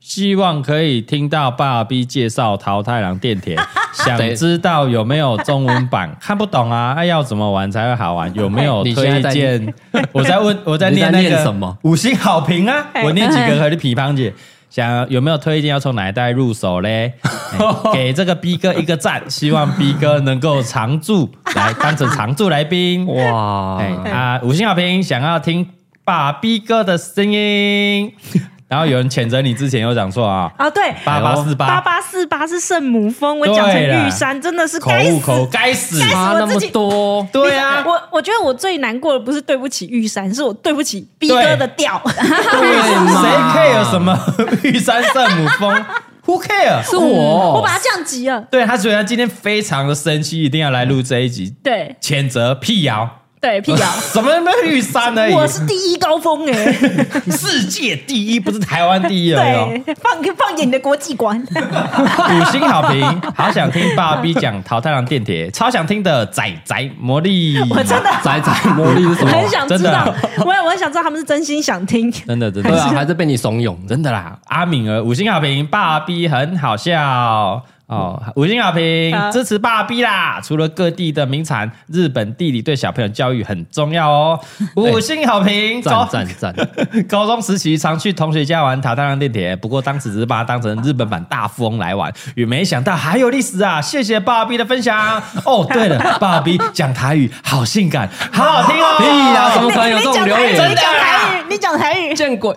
希望可以听到爸比介绍桃太郎电 铁，想知道有没有中文版，看不懂啊，哎要怎么玩才会好玩？有没有哎你现在推在荐？ 我在问，我在你在念那念个什么五星好评啊，哎我念几个和你匹乓姐。想有没有推荐要从哪一代入手 嘞？哎给这个 B 哥一个赞，希望 B 哥能够常驻来当成常驻来宾。哇，哎啊，五星好评，想要听爸 B 哥的声音。 然后有人谴责你之前有讲错啊，啊，对，八八四八八八四八是圣母峰，我对讲成啦玉山，真的是口该误死。口误该死，差那我么自己多，对 啊，我我觉得我最难过的不是对不起玉山，是我对不起逼对哥的调。对嘛谁 care 什？么 玉山圣母峰？Who care？ 是我，嗯我把它降级了。对他，所以他今天非常的生气，一定要来录这一集，对谴责辟谣，对，辟谣，什么没有玉山而已，我是第一高峰哎、 世界第一，不是台湾第一而已哦。嗯对，放放眼你的国际观。五星好评，好想听爸比讲桃太郎电铁，超想听的仔仔魔力，我真的仔仔魔力是什么？很想知道真，我也我也想知道他们是真心想 听。真的真对啊，的，还是被你怂恿，真的啦。阿敏儿五星好评，爸比很好笑。哦，五星好评，好支持爸比啦！除了各地的名产，日本地理对小朋友教育很重要哦。五星好评，高赞赞赞！ 高中时期常去同学家玩塔太郎电铁，不过当时只是把它当成日本版大富翁来玩，也没想到还有历史啊！谢谢爸比的分享。哦，对了，爸比讲台语好性感，好好听哦。屁啦，怎么你可能有这种留你讲言？台语，你讲台 语，见鬼！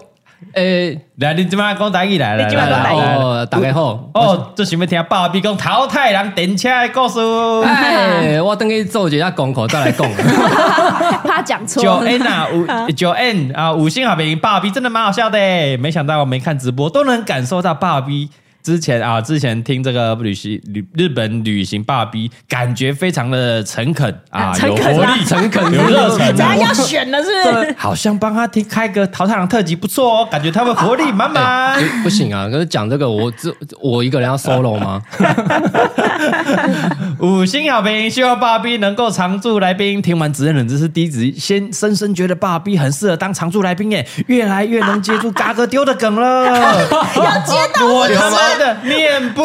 诶，来，你这边讲台语来来你这来摆讲来台语来，哦，大家好。哦，这想要听爸比讲桃太郎电车的故事。啊哎，我等去做一下功课再来 讲。怕 讲错。九 N 啊，五九 N 啊，五星好评，爸比真的蛮好笑的耶。没想到我没看直播都能感受到爸比之前啊，之前听这个旅行旅日本旅行爸比，感觉非常的诚恳啊，诚有恳活啊力，诚恳有热 怎忱样啊。要选了？是不是？好像帮他听开个淘太郎特辑不错哦，感觉他们活力满满。不不行啊！可是讲这个，我只我一个人要 solo 吗？五星好评，希望爸比能够常驻来宾。听完职业冷知识第一集，先深深觉得爸比很适合当常驻来宾耶，越来越能接住嘎哥丢的梗了。 要接到我他妈的念不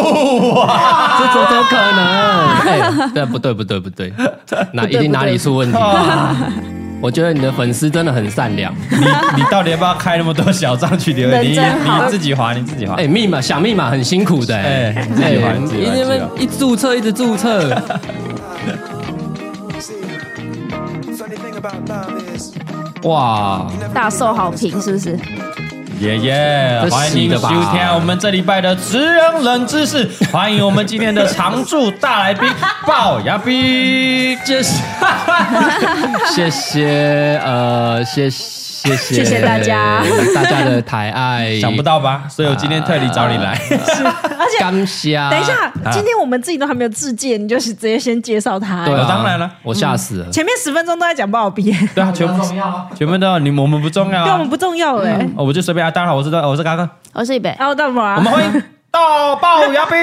完，这怎么可能？ 哎，对，不对，不对，不对，哦那一定哪里出问题？我觉得你的粉丝真的很善良。你到底要不要开那么多小账去留言？你人真好你自己划，你自己划。哎，密码想密码很辛苦的。哎哎，你自己划，你自己一划你自己划直。一注册一直注册。 See, funny thing about love is 哇，大受好评，是不是？爷爷，这欢洗迎的收吧听我们这礼拜的职人冷知识，欢迎我们今天的常驻大来宾 龅牙逼。谢谢， 谢谢，呃，谢谢谢，谢谢大家，大家的抬 爱，想不，到吧？所以我今天特地找你来。而且感谢。等一下，啊今天我们自己都还没有自荐，你就是直接先介绍他。对啊，我当然了我吓死了。前面十分钟都在讲不好比， 对啊，全部全部都你我们不重要对我啊们。不重要哎。哦我就随便啊，大家好，我是我是嘎哥，我是一北，然后到什啊我们么？欢迎到龅牙逼。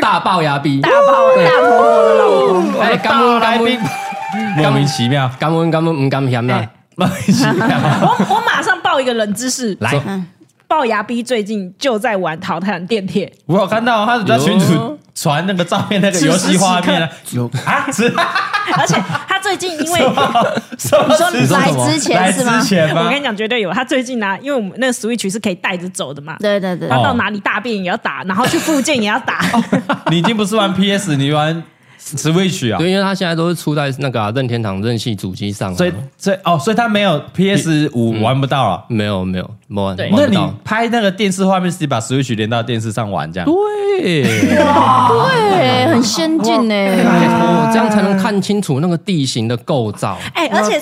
大龅牙逼，大炮大婆婆的老公。哎，感大恩来感宾恩，， 莫名其妙，感恩感恩，唔敢嫌啊啦哎。 莫名其妙。我我马上报一个冷知识，来，龅牙逼最近就在玩淘汰电铁， 我有看到他在群主传那个照片，那个游戏画面啊，有啊，是而且他最近因为什么说时 来什么之前来是吗之前我吗跟？你讲绝对有，他最近呢、因为我们那个 Switch 是可以带着走的嘛，对对对，他哦到哪里大便也要打，然后去附件也要打， 你已经不是玩 PS，你玩 Switch 啊，对，因为他现在都是出在那个啊任天堂任系主机上啊，所以所以哦，所以他没有 PS 五玩不到啊了。没有没有没玩玩那不你到。拍那个电视画面是把 Switch 连到电视上玩这样？对，对，很先进呢。哦，这样才能看清楚那个地形的构造，哎、而且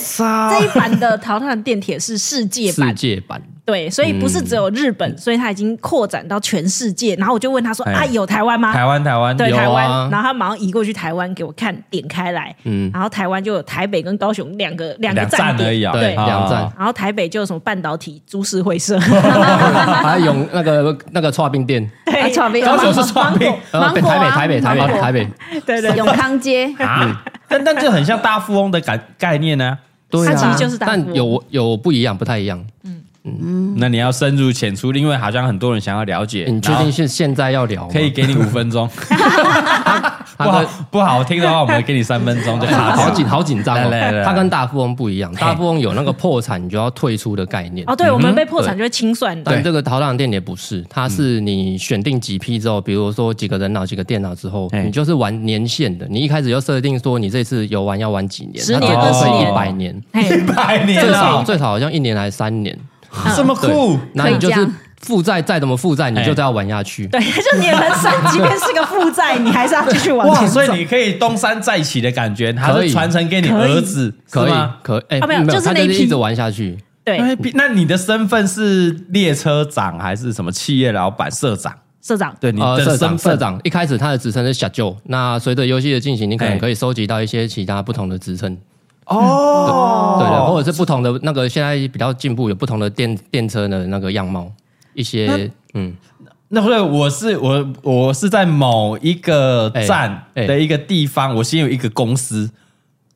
这一版的淘汰电铁是世界世版，界版。对，所以不是只有嗯日本，所以他已经扩展到全世界。然后我就问他说：“哎啊，有台湾吗？”台湾台湾对有台湾啊，然后他马上移过去台湾给我看，点开来，嗯然后台湾就有台北跟高雄两个两个两站点而已啊，对，啊两站然后台北就有什么半导体株式 会社，还有永那个那个串冰店，啊对炒冰高雄是创兵呃，芒北果台北啊台北台芒北果台北，对对永对，康街，啊，但但这很像大富翁的概概念呢。对啊，它其实就是大富翁但有有不一样，不太一样。嗯那你要深入浅出，因为好像很多人想要了解，你嗯确定是现在要聊吗？可以给你五分 钟，他不跟好不好听的话，我们给你三分钟就卡好掉。紧好紧张来来来哦。它跟大富翁不一样，大富翁有那个破产你就要退出的概念哦，。嗯对，我们被破对产就会清算的，但这个淘浪店也不是，它是你选定几批之后，比如说几个人脑、几个电脑之后，嘿你就是玩年限的。你一开始就设定说，你这次游玩要玩几年， 10年它最多20是年一百年，一嘿，百年最少了，最少好像一年还是三年。这哦么酷，那你就可以这是样负债再怎么负债，你嘿就再要玩下去。对， 就你的人生即便是个负债，你还是要继续往哇！前走所以。你可以东山再起的感觉，还可是以传承给你儿子，可是以吗？可哎啊没有就是它那一就是一批直玩下去。对因，为毕那你的身份是列车长还是什么企业老板、社长？社长，对，你呃，的社身长，社份长一开始他的职称是小舅，那随着游戏的进行，你可哎能可以收集到一些其他不同的职称，哎哦，嗯对的，或者是不同的那个现在比较进步，有不同的电电车的那个样貌，一些嗯，那所以我是我我是在某一个站哎哎的一个地方，我先有一个公司，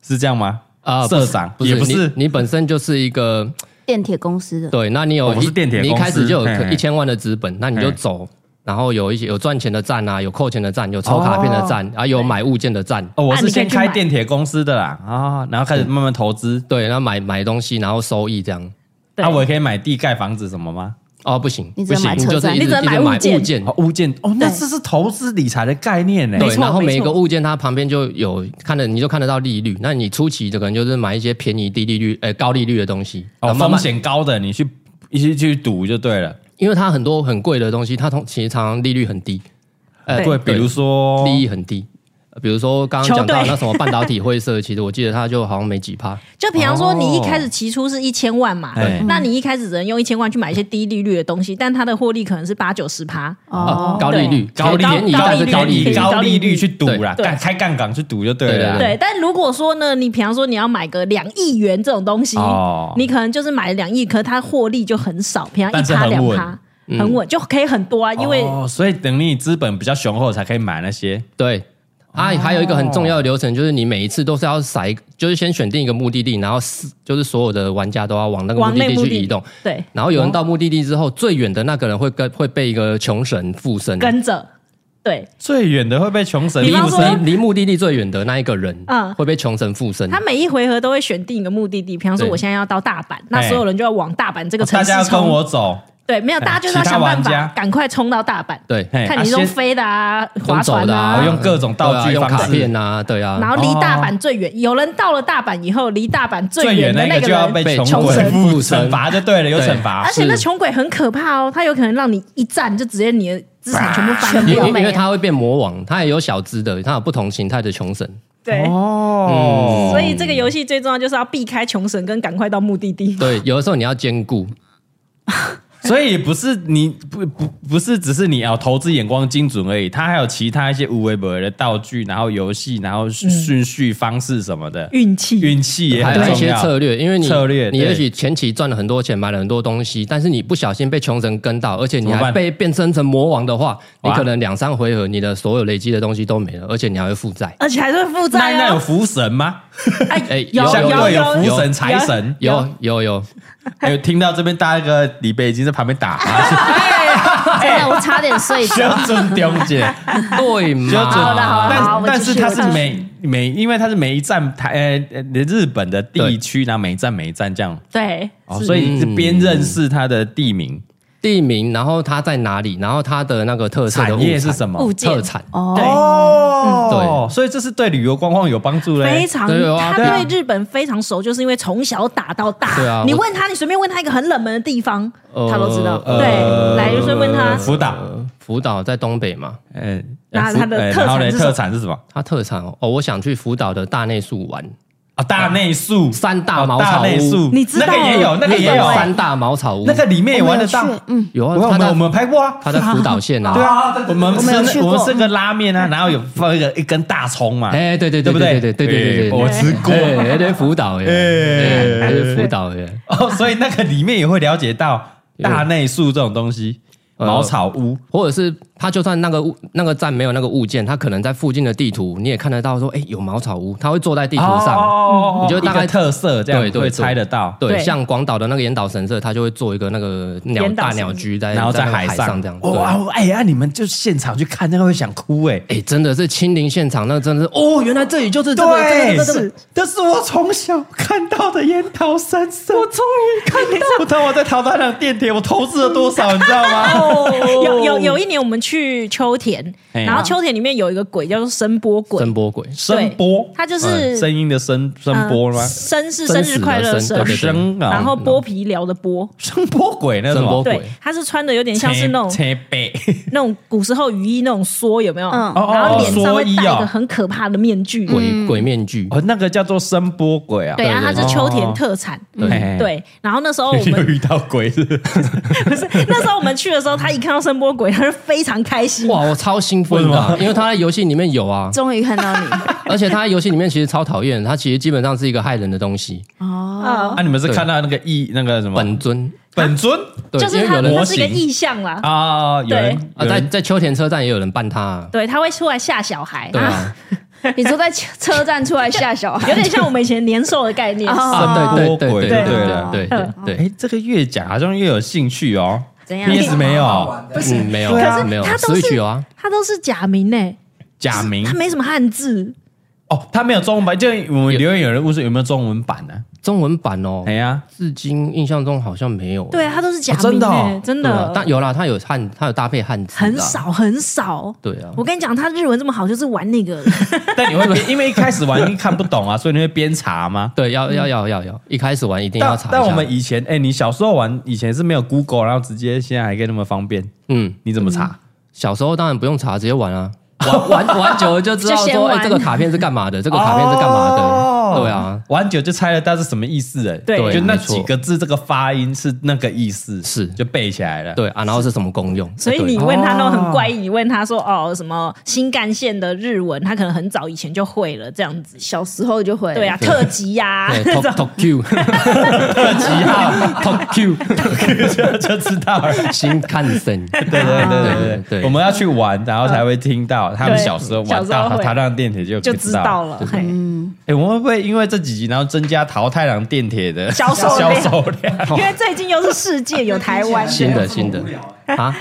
是这样吗？啊社长不是也不是你，你本身就是一个电铁公司 的，对，那你哦有我是一电铁你一公司开始就嘿有嘿一千万的资本，那你就嘿走，然后有一些有赚钱的站啊，有扣钱的站，有抽卡片的站，啊，有买物件的站，哦，我啊是你可以先去开买电铁公司的啦，啊，然后开始慢慢投资。对，然后买买东西，然后收益这样。对啊，我也可以买地盖房子什么吗？哦，不行，你只不能行，买你车就是站一直你只能一直买物买件物件，哦，物件哦，那对这是投资理财的概念呢。没对，错然后每一没个错物件它旁边就有看的，你就看得到利率。那你初期的可能就是买一些便宜低利率、呃高利率的东西，哦，然后慢风慢，险高的你去一起去赌就对了，因为它很多很贵的东西，它通其实常常利率很低，呃对对，比如说利益很低。呃比如说刚刚讲到球队那什么半导体会社，其实我记得它就好像没几趴，就比方说你一开哦始起初是一千万嘛对，那你一开始只能用一千万去买一些低利率的东西，但它的获利可能是八九十趴，啊哦，高利率、对高便宜，高但利是率高利以率高高利利率率去赌啦，对干开杠杆去赌就对了啦。对，但如果说呢，你比方说你要买个两亿元这种东西，哦你可能就是买了两亿，可它获利就很少，比方但一是趴很两稳嗯趴，很稳就可以很多啊，因为哦，所以等你资本比较雄厚才可以买那些。对。啊，还有一个很重哦要的流程，就是你每一次都是要筛，就是先选定一个目的地，然后是就是所有的玩家都要往那个目往的内地目去的哦移动，对然后有人到目的地之后，最远的那个人会跟会被一个穷神附嗯身，跟着对。最远的会被穷神比附方说身离离目的地最远的那一个人，嗯会被穷神附身。他每一回合都会选定一个目的地，比方说对我现在要到大阪，那所有人就要往大阪这个城哎哦大市家要跟冲。我走，对，没有，大家就是要其他想办玩家法赶快冲到大阪。对嘿看你是啊用先飞的啊，划走船的我啊，用各种道具对啊用方卡式片啊，对啊，然后离大阪最远，有人到了大阪以后，离大阪最哦最远远的那那个个就要人，被被穷穷鬼神附附身身惩罚就对了，有对惩罚而。且那是穷鬼很可怕哦，他有可能让你一站就直接你的资产全部翻因掉啊为。没因有为他会变魔王，他也有小资的，他有不同形态的穷神。对，嗯哦所以这个游戏最重要就是要避开穷神，跟赶快到目的地。对，有的时候你要兼顾，所以不是你不不不是只是你要投资眼光精准而已，它还有其他一些无为不为的道具，然后游戏，然后顺序方式什么的，嗯运气，运气也还很有一重些策要。略，因为你策略你对也许前期赚了很多钱，买了很多东西，但是你不小心被穷神跟到，而且你怎么还办被变身成魔王的话，你哇可能两三回合你的所有累积的东西都没了，而且你还会负债。而且还是会负那债那有哦。福神吗？哎有相有对有有福神、有财神，有有有，哎、听到这边，大哥李贝已经在旁边打、啊，真的我差点睡着。要尊重姐，对嘛？要好的好的但好我继续但是它是我继续每每，因为它是每一站台呃呃日本的地区，然后每一站每一站这样，对，哦，所以是边认识它的地名、地名，然后它在哪里，然后它的那个特色的产物业是什么物件特产啊哦，哦，对，所以这是对旅游观光有帮助嘞非。常，对啊他对啊对日本非常熟，就是因为从小打到大。对啊你我问他，你随便问他一个很冷门的地方，呃他都知道。呃对，来就是问他，福岛，福岛在东北嘛，嗯，那它的呃特然后产嘞是什么特产是什么？它特产哦，哦我想去福岛的大内宿玩，啊，大内宿三大啊茅大草内宿屋，你知道那个也有，那个也有三大茅草屋，那个里面也玩得我到没有去，嗯，有啊，我他们在我们拍过啊，他在福岛县啊，对啊，我们我没有吃去那过嗯我们吃个拉面啊，然后有放一个一根大葱嘛，哎，对对对对不对对？对对对对对，哎我吃过。哎，哎对福岛耶，哎哎，还是福岛耶，哦，所以那个里面也会了解到大内宿这种东西，呃茅草屋或者是他就算那个物那个站没有那个物件，他可能在附近的地图你也看得到说，哎，有茅草屋，他会坐在地地图上。上你就大概哦特色这对样对会猜得到。对，对像广岛的那个岩岛神社，他就会做一个那个鸟岩岛大神社鸟居在，然后在在那个海上这样。对哇，哦哎呀，你们就现场去看，那个会想哭哎。哎，真的是亲临现场，那真的是哦，原来这里就是这个，这个这个这个是，这是我从小看到的烟桃三色。我终于看到，我当我在桃花场电铁，我投资了多少，你知道 吗？ 有有有一年我们去秋田，哦哎然后秋田里面有一个鬼叫做声波鬼，声波鬼，声波，它就是嗯声音的声声波吗呃？生是生真日实的快乐的生对生对，对声啊，然后剥皮聊的剥，声波鬼那什声波么？鬼对，他是穿的有点像是那种哦切背，那种古时候雨衣那种梭，有没有？嗯哦然后脸上会戴哦一梭衣嗯哦个很可怕的面具。鬼鬼面具， 哦，那个叫做声波鬼啊。对啊，对对它对是秋田特产。对嘿 对，然后那时候我你哎 有们遇到鬼是不是？不是 那时候我们去的时候，他一看到声波鬼，他就非常开心。哇，我超兴奋的为什啊，因为他在游戏里面有啊，终于看到你而且他在游戏里面其实超讨厌，他其实基本上是一个害人的东西，哦，啊啊，你们是看到那个异那个什么本尊，本尊对，就因是为他有那人是一个模型意象啦。啊？有人啊，有在人在秋田车站也有人扮他啊，对，他会出来吓小孩，对啊，你坐在车车站出来吓小孩， 有点像我们以前年兽的概念。 哦啊，对对声波对鬼对对了对对对对，哎，这个越讲好像越有兴趣哦。怎样 PS 没 有嗯，没有对啊没有他都是，Switch 有啊，他都是假名呢，假名他没什么汉字。哦，他没有中文版，就我们留言有人问说有没有中文版呢？中文版哦哎，呀，至今印象中好像没有，对啊，他都是假哦真名的哦呢，真对啊，但的有啦，他有汉，他有搭配汉字啊，很少很少。对啊，我跟你讲，他日文这么好，就是玩那 个。但你会边 因为一开始玩你看不懂啊，所以你会边查吗？对，要要要要要，一开始玩一定要 但查一下，但我们以前，哎、你小时候玩以前是没有 Google，然后直接现在还可以那么方便，嗯，你怎么查？小时候当然不用查，直接玩啊。玩玩玩久了就知道就先说，哎、玩这个卡片是干嘛的？这个卡片是干嘛的？哦对啊，玩久就猜得到是什么意思哎，对就那没错几个字，这个发音是那个意思，是就背起来了。，对啊，然后是什么功用？哎所以对啊你问他那种很怪异，你问他说哦什么新干线的日文，他可能很早以前就会了这样子。小时候就会对啊，特级呀、对 Tok Tok Q 几号 Tok Q 就就知道了。新看森，对对 对对对对对嗯对，我们要去玩，然后才会听到他们对小时候小玩时候到会他让电铁就就知知道道了。了。嘿哎，我们会不会因为这几集，然后增加桃太郎电铁的销售销量售量？哦因为最近又是世界有台 湾新的新的啊，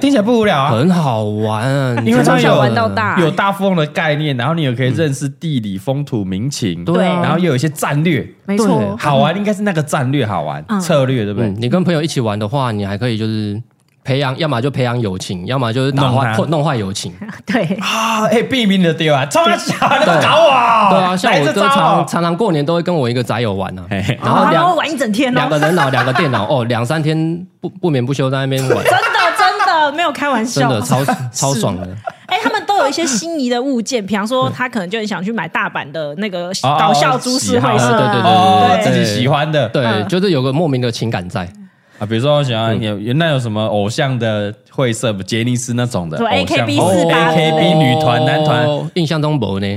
听起来不无聊啊。很好玩，啊因为它真的有玩到大有大富翁的概念，然后你也可以认识地理、风土、民情，对啊然后又有一些战略，没对错，好玩应该是那个战略好玩，嗯策略对不对嗯，？你跟朋友一起玩的话，你还可以就是培养，要么就培养友情，要么就是打弄坏他破弄坏友情。对，啊，哎，避免你的丢啊，冲他小，你们搞我啊，对啊，像来我这哥招常啊，常常过年都会跟我一个宅友玩啊，嘿嘿然后他两们玩一整天两哦个，人脑，两个电脑，哦，两三天不不眠不休在那边玩，真的真的没有开 玩真笑，的超超爽的。哎、他们都有一些心仪的物件，比方说他可能就很想去买大阪的那个搞笑株式会哦啊喜好社，对对对哦，对自己喜欢的，对，就是有个莫名的情感在。啊，比如说我喜嗯欢有那有什么偶像的会社，杰尼斯那种的什么偶像 AKB 哦四八 AKB 女团、男团，哦，印象中 没呢。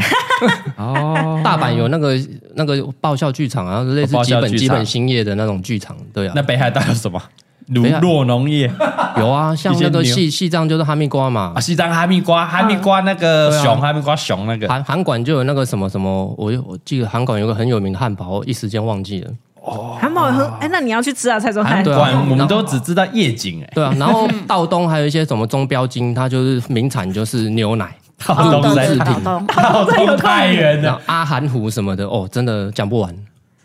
哦，大阪有那个那个爆笑剧场啊，类似哦爆基笑本剧场基本兴业的那种剧场，对啊那，北海道有什么？乳北海酪农业。有啊，像那个一些牛戏戏藏就是哈密瓜嘛啊，，西藏哈密瓜，哈密瓜那个对啊熊，哈密瓜熊那个，韩韩馆就有那个什么什么，我又我记得韩馆有个很有名的汉堡，我一时间忘记了。韩宝很哎、那你要去吃啊，蔡宗啊翰对。啊管我们都只知道夜景哎，对啊，然后道东还有一些什么钟标金，它就是名产就是牛奶，套东东在人日脑本洞，套东太原然 了后阿含糊什么的，哦，真的讲不完，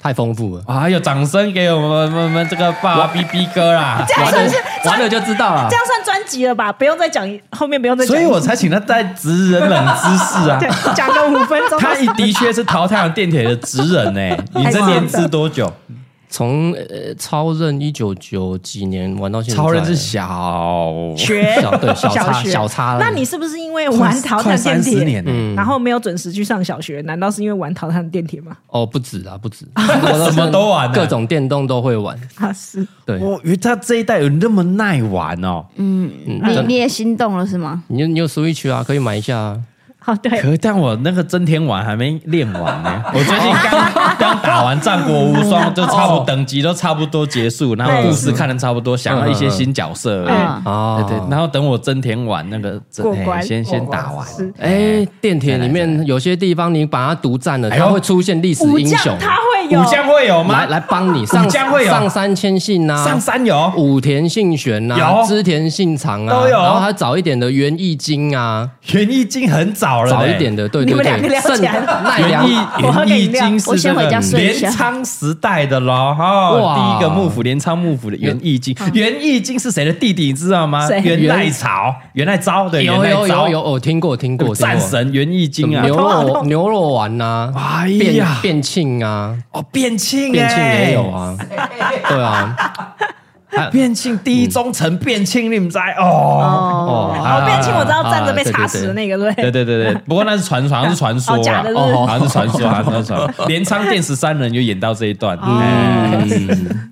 太丰富了，啊！有掌声给我们我们这个爸爸 B B 哥啦，玩了玩了就知道了这。样算专辑了吧？不用再讲，后面不用再讲。所以我才请他在职人冷知识啊。对 讲个五分钟。欸 他的确是淘汰了电铁的职人哎，你这年资多久？从呃超人一九九几年玩到现在，超人是小学小对小小差学小差了。那你是不是因为玩快逃快探三电十铁，年了，欸然后没有准时去上小学？难道是因为玩逃探电铁吗？哦不止啊不止，我 是什么都玩啊各种电动都会玩。啊，是对，我以为他这一代有那么耐玩哦，嗯你但你也心动了是吗？你有你有 Switch 啊，可以买一下啊。哦，对，可但我那个真天玩还没练完呢， 我最近刚刚打完《战国无双》，就差不多等级都差不多结束，然后故事看的差不多，想到一些新角色而已。嗯，哦对对，然后等我真田玩那个真过关哎先先过关打完，是哎，电铁里面有些地方你把它独占了，它会出现历史武英雄将，他会有哎武将会有吗来？来帮你上武将会有上山千信啊，上山有，武田信玄啊，有织田信长啊，都有然后还早一点的源义经啊，园艺经很早了嘞，早一点的，对你对们两个对，聊圣起来了啊奈园良艺我喝园个艺饮料经是我先这个回家睡一镰下仓时代的咯，哈，哇第一个幕府镰仓幕府的园艺经，园艺经是谁的弟弟你知道吗谁？源赖朝，源赖昭对，有源有赖有昭有，我听过听过，听过战神源义经啊，牛好肉痛牛肉丸呐，哎变呀，变庆啊，哦，变庆变庆哎也有， 啊，对啊，变庆第一忠臣变庆，你们知哦？嗯哦，哦，变庆我知道站着被啊对对查死的那个，对不对对对对，不过那是传说，好像是传说哦假啦的是，不是哦，好像是传说，好像是传说。镰仓殿十三人有演到这一段，哎嗯，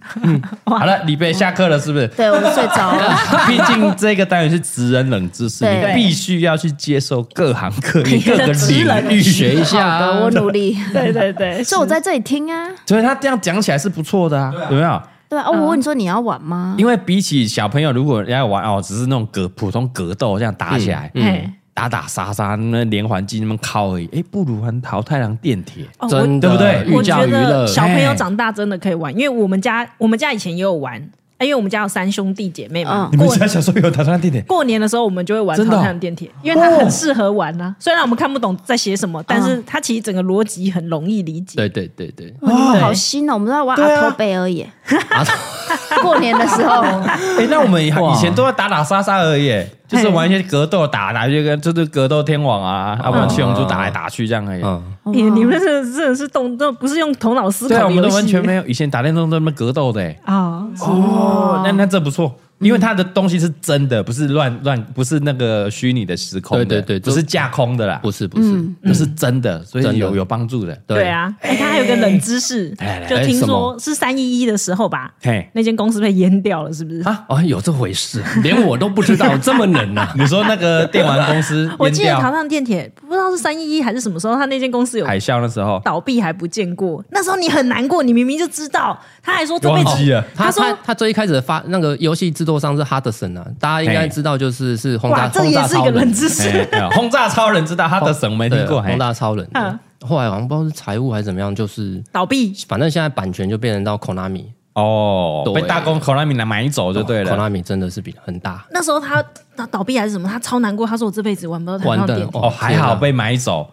好了，李贝下课了，是不是？对我睡 着了，毕竟这个单元是职人冷知识，你对必须要去接受各行各业、各个职领人域学一下好的，啊我，努力。对对对，所以我在这里听啊，所以他这样讲起来是不错的啊，有没有？对啊，哦，我问你说你要玩吗？因为比起小朋友，如果要玩哦，只是那种格普通格斗这样打起来，嗯嘿打打杀杀，那连环计那么靠而已，哎，不如玩淘太郎电铁。哦我真的对不 对寓我觉教于乐得，小朋友哎长大真的可以玩，因为我们家我们家以前也有玩，哎因为我们家有三兄弟姐妹嘛嗯，你们过家小时候有淘太郎电铁？过年的时候我们就会玩啊真的哦嗯超像电铁，因为它很适合玩啊。虽然我们看不懂在写什么，但是它其实整个逻辑很容易理解。对对对对，哇，你们好新哦，我们都在玩对啊阿托贝而已。啊， 过年的时候，哎，那我们哇以前都要打打杀杀而已，就是玩一些格斗打打，就跟就是格斗天王啊，哦要不然七龙珠打来打去这样而已。嗯，你你们这真的是动，这不是用头脑思哦对啊，考我的们都游戏。完全没有，以前打电动都那么格斗的、欸。啊，哦，那那这不错，因为它的东西是真的，不是乱乱，不是那个虚拟的时空的，对对对不是架空的啦，不是不嗯是，不是真的，所真以的有有帮助的。对，啊，哎，它还有个冷知识哎来，就哎听什说么是三一一的时候吧嘿，那间公司被淹掉了，是不是？啊哦，有这回事，连我都不知 道，这么冷啊！你说那个电玩公司 我淹记得逃掉上电铁，不知道是三一一还是什么时候，他那间公司有海啸那时候，倒闭还不见过，那时候你很难过，你明明就知道，他还说这辈忘记子了，他他说他他最一开始的发那个游戏制作商是 Hudson 啊，大家应该知道，就是是轰炸哇，这轰也炸是一超个冷人，知识，哎哎轰炸超人知道他的神我没听哦对过，轰嘿炸超人嗯。后来好像不知道是财务还是怎么样，就是倒闭反正现在版权就变成到 Konami，哦，对被大公 Konami 拿买走就对了。 ，Konami 真的是比很大，那时候他他倒闭还是什么，他超难过，他说我这辈子玩不到台完上蛋电梯。哦，还好被买走，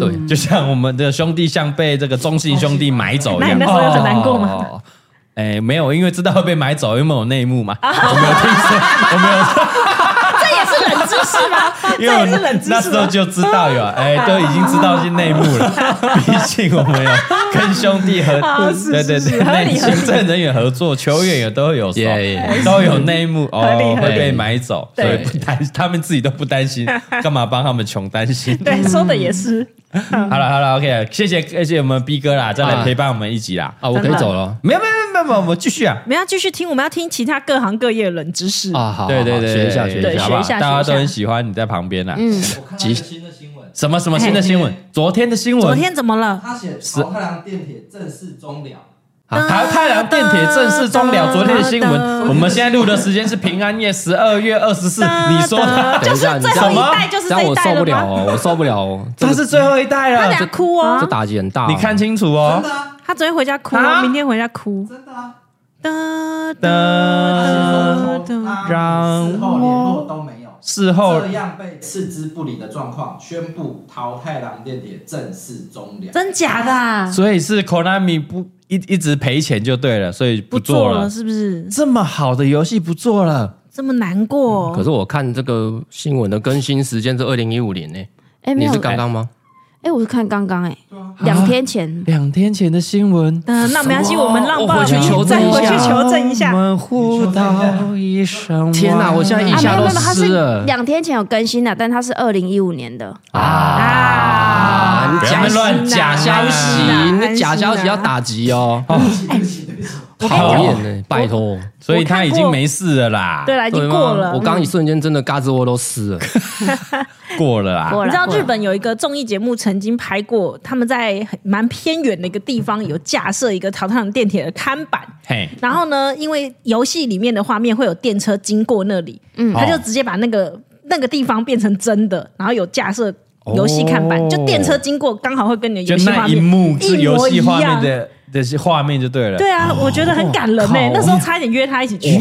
对，就像我们的兄弟像被这个中信兄弟买走一嗯 那样。你那时候有很难过吗？哦哎、没有，因为知道会被买走，因为有内幕嘛。啊我没有听说，我没有，这也是冷知识吗？这因为我也是冷知那识时候吗。就知道有，哎、都已经知道是内幕了。 毕竟我们有跟兄弟合，啊是对对是对，是合内理合理行政人员合作，球员也都有收 Yeah, yeah, 都有内幕哦合理合理会被买走，所对以不担，他们自己都不担 心，干嘛帮他们穷担心？ 对，说的也是，好了好了，OK，谢谢谢谢我们 B 哥啦，再来陪伴我们一集啦。啊，我可以走了没有没有没有没有，我们继续啊。没有继续听，我们要听其他各行各业的冷知识啊，好，对好对好对，学一下学对一好下不学好一下大家学一都下很喜欢你在旁边啦。啊嗯，即什么哎什么新的新嗯闻？昨天的新闻，昨天怎么了？他写桃太郎电铁正式终了，台太阳电铁正式终了。昨天的新闻，我们现在录的时间是平安夜十二月二十四。你说他就等一是下最后你知道吗一代，就是这这样一我代受不了了吗？哦，我受不了哦，这他个是最后一代 他了，俩哭这哦，打击很大哦，你看清楚哦真。的啊，他昨天回家哭啊哦，明天回家哭。真的啊，哒的哒哒，从他事后联络都没有，事呃后这样被置之不理的状况，宣布桃太郎电铁正式终了。真假的啊？所以是 Konami 不一一直赔钱就对了，所以不不做做了了。是不是？这么好的游戏不做了。这么难过？嗯可是我看这个新闻的更新时间是二零一五年呢，哎，没你有是，刚刚吗？哎，我是看刚刚哎对啊，两天前两天前的新闻，嗯、那没关系，我们让我爸回去爸求证再一回下去求证一下我。们互道一声天哦哪晚安我现在一啊，没下有都没有，它湿了是两天前有更新的，但它是二零一五年的。啊！你假啊不要乱假讲嗯消息，啊你假消息要打击哦！讨厌呢，拜托。所以他已经没事了啦，对啦，已对经吗过了。嗯我刚一瞬间真的嘎吱窝都湿了。过了啊啦。过你了知道过日了本有一个综艺节目曾经拍过，他们在很蛮偏远的一个地方有架设一个桃太郎电铁的看板。嘿，然后呢，因为游戏里面的画面会有电车经过那里，嗯，他就直接把那个那个地方变成真的，然后有架设游戏看板，哦就电车经过刚好会跟你的就游戏画那一面幕是一游模戏一画面样。的的画面就对了。对啊，我觉得很感人呢、靠那时候差一点约他一起去，因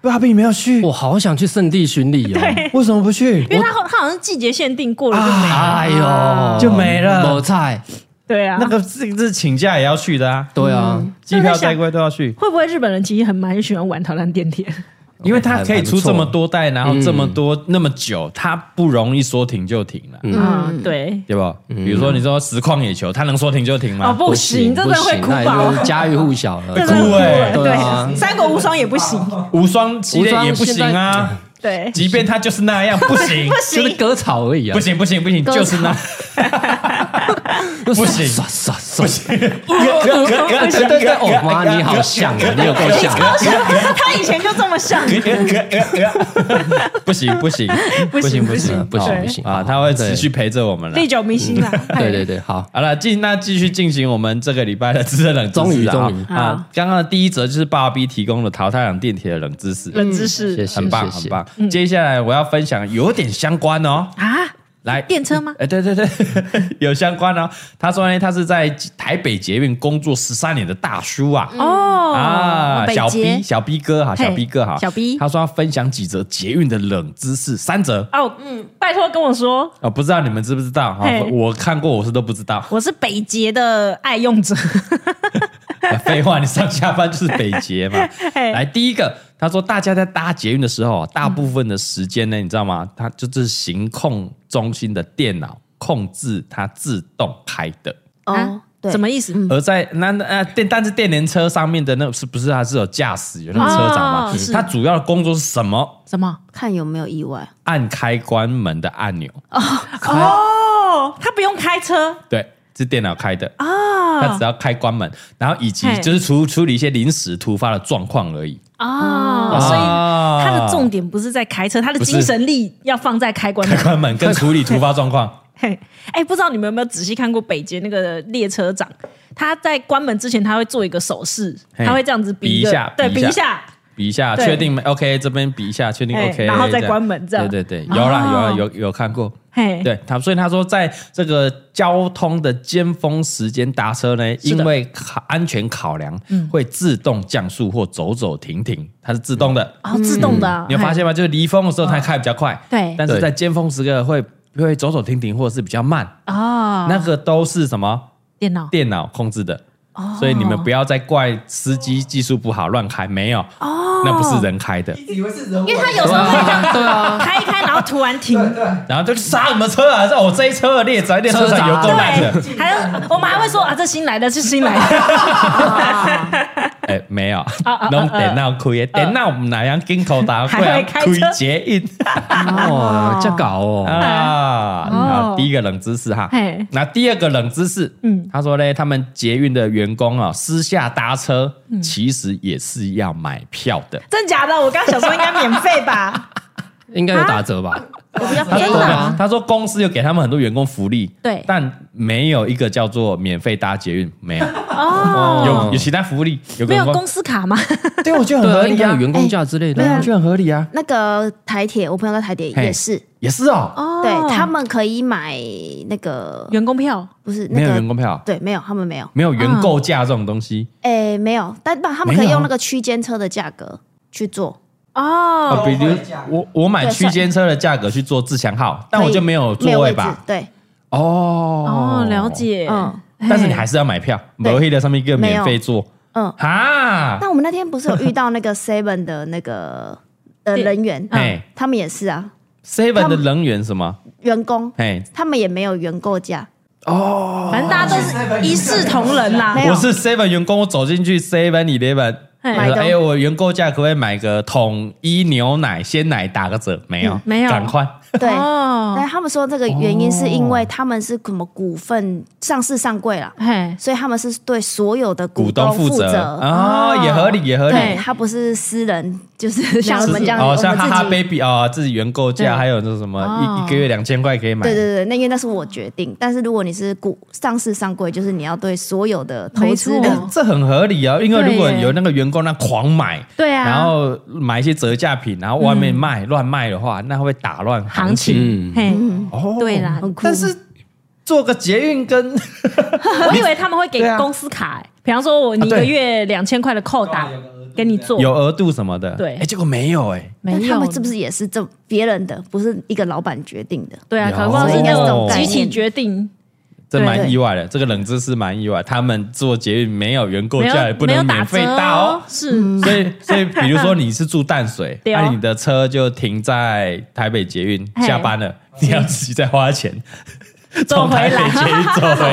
芭啊比没有去我好想去圣地巡礼哦！为什么不去？为他好他好像季节限定过了就没了。哎呦，就没了没菜。对啊，那个是是请假也要去的啊，对啊，机票再贵都要去，会不会日本人其实很蛮喜欢玩逃难电铁？因为他可以出这么多代，然后嗯这么多那么久，他不容易说停就停了。嗯，对。对吧？比如说你说实况野球，他能说停就停哦，吗？不行，这真的会哭那也就爆是，家喻户晓这了。真的哭欸对对啊三国无双也不行，无双系列也不行啊，对， 即便他就是那样，不 行，就是割草而已啊，不行，不行，不行，歌就是那，不不行刷刷刷。对对对对，哦妈，你好像啊，你有够像啊。他以前就这么像，不行，不行，不行，不行，嗯不行不行啊！他会持续陪着我们了历。久弥新啊哎啦。对对对，好，好了，进那继续进行我们这个礼拜的知识冷知识啊终于终于啊！刚刚的第一则就是爸比提供了淘汰两电铁的冷知识，冷知谢识谢，很棒谢很谢。棒。接下来我要分享有点相关哦，啊，来电车吗？哎，对对 对，有相关哦。他说呢，他是在台北捷运工作十三年的大叔啊，哦啊，北小捷 B 小 B 哥哈，嘿小 B 哥哈，小 B 他说要分享几则捷运的冷知识，三则哦，嗯，拜托跟我说，哦，不知道你们知不知道哈嘿？我看过，我是都不知 道。我是北捷的爱用者，废话，你上下班就是北捷嘛。嘿来，第一个，他说大家在搭捷运的时候，大部分的时间呢，你知道吗？它就是行控中心的电脑控制它自动开的。哦啊，对，什么意思？而在那那呃电，但是电联车上面的那是不是它是有驾驶有那个哦车长嘛？是它主要的工作是什么？什么？看有没有意外？按开关门的按钮，哦，他不用开车对，是电脑开的，它啊只要开关门，然后以及嘿就是处处理一些临时突发的状况而已。哦，所以啊他的重点不是在开车，他的不是精神力要放在开关 门开。关门跟处理突发状况， 嘿，哎，不知道你们有没有仔细看过北捷那个列车长？他在关门之前，他会做一个手势，嘿他会这样子比一个下对，比一下比一下，比一下，对确定没 OK，这边比一下，确定哎 OK，然后再这样关门这样对对对，有啦有啦哦有有看过。嘿，对他，所以他说，在这个交通的尖峰时间搭车呢，是因的嗯为考安全考量，会自动降速或走走停停，它是自动的。哦，自动的啊，嗯你有发现吗？就是离峰的时候它开比较快，对但是对在尖峰时刻会会走走停停或者是比较慢，嘿哦，那个都是什么电脑电脑控制的。哦所以你们不要再怪司机技术不好乱开，没有，哦那不是人开的。以为是人，因为他有时候会这样，对啊，开一开，然后突然停，然后就是刹什么车啊？我、哦、这一车的列载列车长有够烂的。对，还有我们还会说啊，这新来的，是新来 的，哎，没哦有，弄电脑开的，电脑唔那样进口打还会开车开捷运哦，这搞哦，啊。好，第一个冷知识哈嘿，那第二个冷知识，嗯，他说呢，他们捷运的员工啊，私下搭车其实也是要买票的。真假的？我刚想说应该免费 吧，应该有打折吧？我比较哦他便宜说啊，呢，他说公司有给他们很多员工福利，对但没有一个叫做免费搭捷运，没有，哦有有其他福利，有个没员有公工，司卡吗？对，我觉得很对合啊，应理该有啊，员工价之类的对啊，啊我。觉得很合理啊，那个台铁，我朋友在台铁嘿也是，也是哦，对他们可以买那个，员工票不是没那有个员工票，对，没有，他们没有，没有原购价这种东西，哎，没有，但不，他们可没以有用那个区间车的价格去做，哦，啊，比如优惠价我我买对区间车的价格去做自强号，但可以我就没有没座有位位置吧？，对，哦哦，了。解，嗯 但是你还是要买票，对摩黑的上面一个没有免费座嗯。哈，那我们那天不是有遇到 那个 Seven 的那个呃对人员，嘿他们也是啊， seven 他的们人员什么？员工，嘿，他们也没有原购价，哦，反正大家都是一视同仁啦。没有我是 Seven 员工，我走进去 Seven Eleven，嘿我说买东哎，我员工价可不可以买个统一牛奶、鲜奶打个折？没嗯有，没有赶快。对。哦，但他们说这个原因是因为他们是什么股份上市上柜啦，嘿，所以他们是对所有的股东东负责。责啊，哦也合理，也合理。对，他不是私人，就是像我是们这样，我哦，们像哈哈自己。 baby 啊，自己原购价，对还有那什哦么一一个月两千块可以买。对对对，那因为那是我决定，但是如果你是股上市上柜，就是你要对所有的投资没人错，哎这很合理啊，因为对如果耶有那个员工那狂买，对啊，然后买一些折价品，然后外面卖、乱卖的话，那会打乱行行情。情嗯，嘿，哦对啦很酷但是做个捷运跟我以为他们会给对啊公司卡，欸比方说我你一啊对个月两千块的扣打给你 做，有额度什么的，对哎，结果没有哎、没但有？他们是不是也是这别人的，不是一个老板决定的？对啊，有可能是应该是这种那概集念体决定，这对蛮意外的。这个冷知识蛮意外，他们做捷运没有员购没价，也有不没有能打免费折打哦哦。，是所以，所以，比如说你是住淡水， 对哦那、你的车就停在台北捷运，嘿下班了，你要自己再花 钱走从台北回来。捷运走回。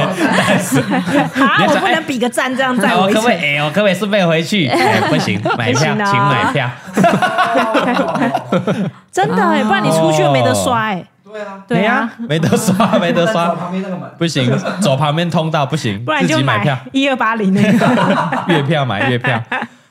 啊，你要我想不能比个赞这样赞那我我一可不可以？程。哎、我可不可以顺便回 去？哎、不行，买票，不行啊请买票。真的哎，不然你出去没得刷哎。 对啊，对哦呀、啊，没得刷，没得但走刷，旁边那个门，不行，走旁边通道不行，不然你自就己买票。一二八零那个。 月票买月票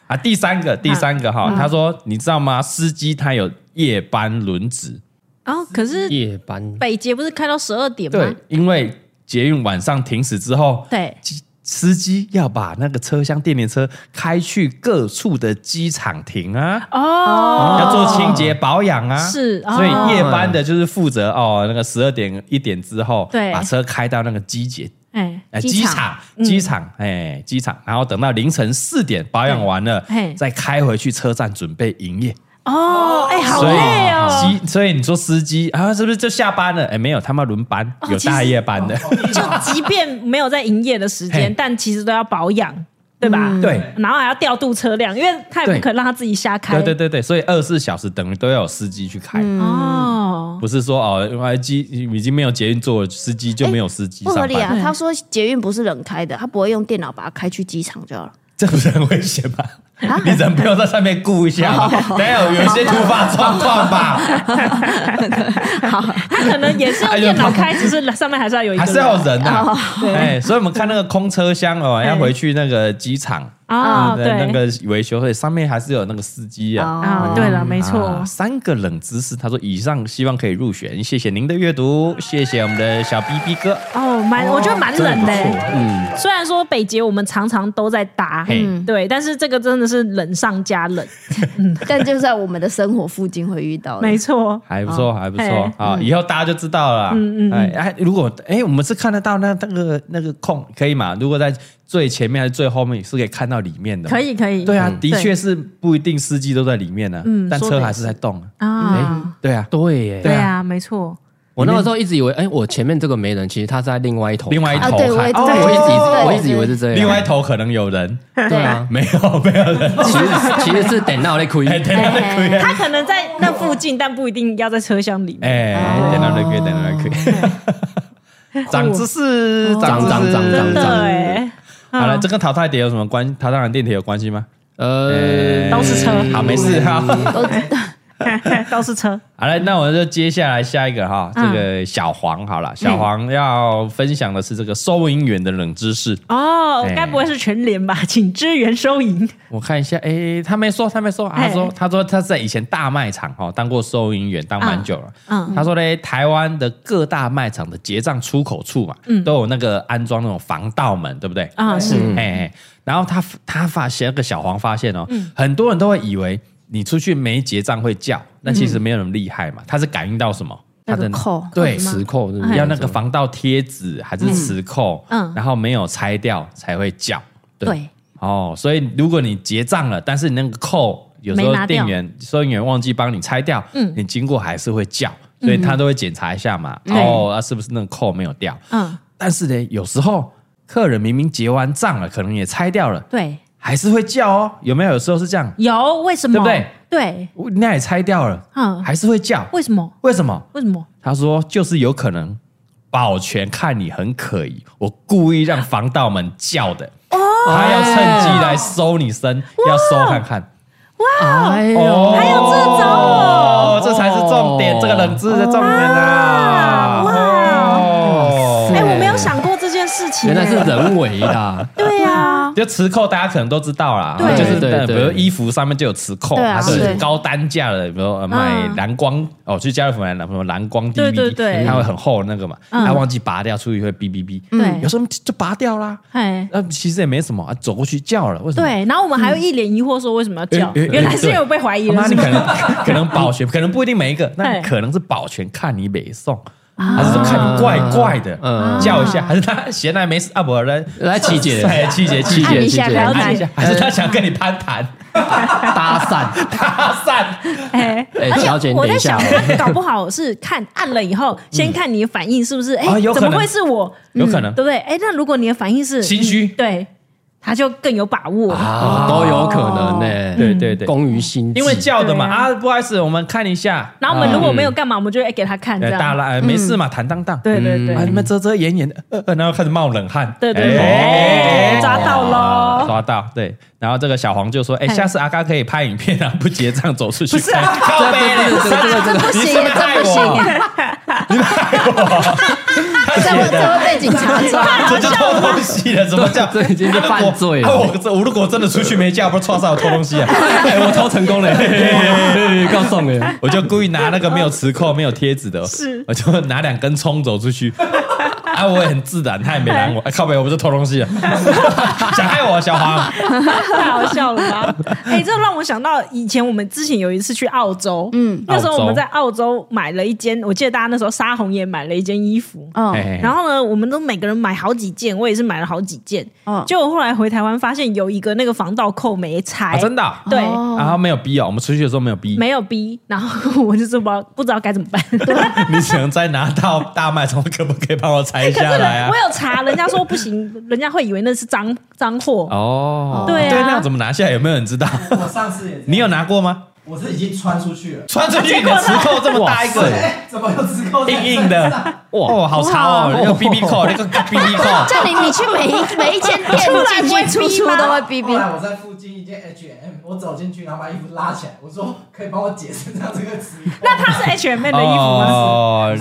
啊。第三嗯个，第三个哈，他说你知道吗？司机他有夜班轮值，哦，可是夜班北捷不是开到十二点对吗？，因为捷运晚上停驶之后，对，机司机要把那个车厢电联车开去各处的机场停啊，哦，要做清洁保养啊，是哦所以夜班的就是负责哦，那个十二点一点之后，对把车开到那个机节哎，哎，机机场场，嗯机场，哎，机场，然后等到凌晨四点保养完了嘿，再开回去车站准备营业。哦，哎，好所以累哦，机，所以你说司机啊，是不是就下班了？哎，没有，他们轮班，有其实大夜班哦的。就即便没有在营业的时间嘿，嗯但其实都要保养，对吧？对然后还要调度车辆，因为他也不对可能让他自己瞎开。嗯对对对对，所以二十四小时等于都要有司机去开，哦，不是说哦，因为机已经没有捷运坐了，司机就没有司机不上哦合班，理啊！他说捷运不是人开的，他不会用电脑把它开去机场就好了。 这不是很危险吗？啊你人不要在上面顾一下哦吗？没有，有一些突发状况吧，他可能也是用电脑开，只是上面还是要有一个还人，是要有人啊。哎，所以我们看那个空车厢哦，要回去那个机场啊，的那对，个维修会，上面还是有那个司机啊。啊，对了，没错啊，三个冷知识，他说以上希望可以入选，谢谢您的阅啊读，谢谢我们的小 B B 哥，哦，蛮我觉得蛮真冷不的错嗯欸。虽然说北捷我们常常都在搭，嘿嗯对，但是这个真的是冷上加冷，但就在我们的生活附近会遇到的。没错。还不错，还不错哦嘿嗯啊！以后大家就知道了啦。嗯嗯。哎，哎如果哎，我们是看得到那那个那个空可以吗？如果在最前面还是最后面，是可以看到里面的。可。以可以，对啊，嗯的确是不一定司机都在里面呢，啊嗯但说得车也还是在动啊。啊，哎，对啊，对耶，对啊，没错，我那个时候一直以为，哎，我前面这个没人，其实他在另外一头，另外一啊，头对，我看也哦我一直以对我一直以为是这样，另外一头可能有人，对啊，没有没有人。其实其实是等到那亏，哎，等到那可以。他可能在那附近，但不一定要在车厢里面。哎，等到那可以，等到那可以。长知识，长知识长长长真长的长哎，好了，这跟淘汰碟有什么关？淘汰人电铁有关系吗？呃，哎都是车，好，没事哈。好 都是车，好了，那我们就接下来下一个哈，这嗯个小黄好了，小黄要分享的是这个收银员的冷知识。哦哎，该不会是全联吧？请支援收银。我看一下，哎，他没说，他没说，啊哎他说他说他在以前大卖场哦当过收银员，当蛮久了。嗯他说嘞，台湾的各大卖场的结账出口处嘛，嗯都有那个安装那种防盗门，对不对？啊，是哎、哎，然后他他发现那个小黄发现哦，嗯很多人都会以为你出去没结账会叫，那其实没有那么厉害嘛，他是感应到什么？他嗯那的个哎扣对磁扣，是不是要那个防盗贴纸还是磁扣，嗯然后没有拆掉才会叫，对，哦，所以如果你结账了，但是你那个扣有时没候拿掉店员收银员忘记帮你拆掉，嗯你经过还是会叫，所以他都会检查一下嘛，哦，啊、是不是那个扣没有掉？嗯，但是呢，有时候客人明明结完账了，可能也拆掉了，对，还是会叫哦，有没有？有时候是这样，有为什么？对不对？对，那也拆掉了，嗯还是会叫，为什么？为什么？为什么？他说就是有可能保全看你很可疑，我故意让防盗们叫的，哦他要趁哎机来搜你身，要搜看看。啊哎呦，还有这招哦这才是重点，哦这个冷知识的重点啊！哇哦哎、我没有想过这件事情、原来是哎人为的，对啊，就磁扣，大家可能都知道啦，对就是对呃比对如衣服上面就有磁扣，对啊它是对高单价的，比如呃买嗯蓝光哦，去家乐福买蓝什么蓝光 DVD，对对对它会很厚的那个嘛，嗯它忘记拔掉，出去会哔哔哔，对有时候就拔掉啦，哎，那其实也没什么啊，走过去叫了，为什么？对，然后我们还会一脸疑惑说为什么要叫？哎哎哎原来是因为我 被怀疑那了，你是可吗？ 能可能保全，可能不一定每一个，那嘿可能是保全看你北宋，啊还是说看你怪怪的，嗯叫一下，还是他闲来没事啊，不然来七姐，哎七姐 七按姐一七下姐，了哎按一解下，还是他想跟你攀谈 搭讪，搭讪？哎，哎，而小姐，且你我等在一想下哦，，他搞不好是看按了以后，先看你的反应是不是？哎啊有，可怎能么会是我？有嗯可能对不对？哎，那如果你的反应是心虚嗯对，他就更有把握。啊，都有可能呢，对对对，工于心计，因为叫的嘛对啊啊，不好意思，我们看一下。然后我们如啊果没有干嘛，我们就会哎给他看这呃大样。嗯拉呃没事嘛，坦荡荡。对对对 啊，你们遮遮掩掩的，呃呃然后开始冒冷汗。嗯对对对哎哎抓到喽抓到。对，然后这个小黄就说：“哎，哎下次阿刚可以拍影片啊，不结账走出去。”不是， 靠背对对对对对这不你行，是不是害这不我行，？他 这写会的这会被警察抓。这就偷东西了，怎么叫？这这已经是犯罪了啊我啊我这我如果真的出去没叫，不是撞上我偷东西啊？哎，我超成功了，嘿嘿嘿嘿告诉你，我就故意拿那个没有磁扣、没有贴纸的， 是我就拿两根葱走出去。啊，我也很自然，他也没拦我。哎，靠北，我不是偷东西啊， 想害我，小黄。哦太好笑了吧？哎、这让我想到以前我们之前有一次去澳洲，嗯，那时候我们在澳洲买了一间，我记得大家那时候沙红也买了一件衣服，哦， 哎然后呢，我们都每个人买好几件，我也是买了好几件，嗯结果后来回台湾发现有一个那个防盗扣没拆，啊，真的啊，对。然后没有逼哦，我们出去的时候没有逼，没有逼，然后我就这不知道不知道该怎么办。 可你只能再拿到大麦从可不可以帮我拆是下来啊 我？有查，人家说不行，人家会以为那是脏脏货。哦，对啊对，那样怎么拿下来？有没有人 知道？我上次也，你有？拿过吗？我是已经穿出去了。穿出去你的磁扣这么大一哇个，哎、怎么有只扣在硬身硬的上，哇，哦，好潮哦，那个 BB 扣，那个 BB 扣，就你你去每一每一间 店进进出出都会逼逼后。来我在附近一间 H&M，我走进去，然后把衣服拉起来，我说可以帮我解身上这个词。那它是 H M 的衣服吗？哦，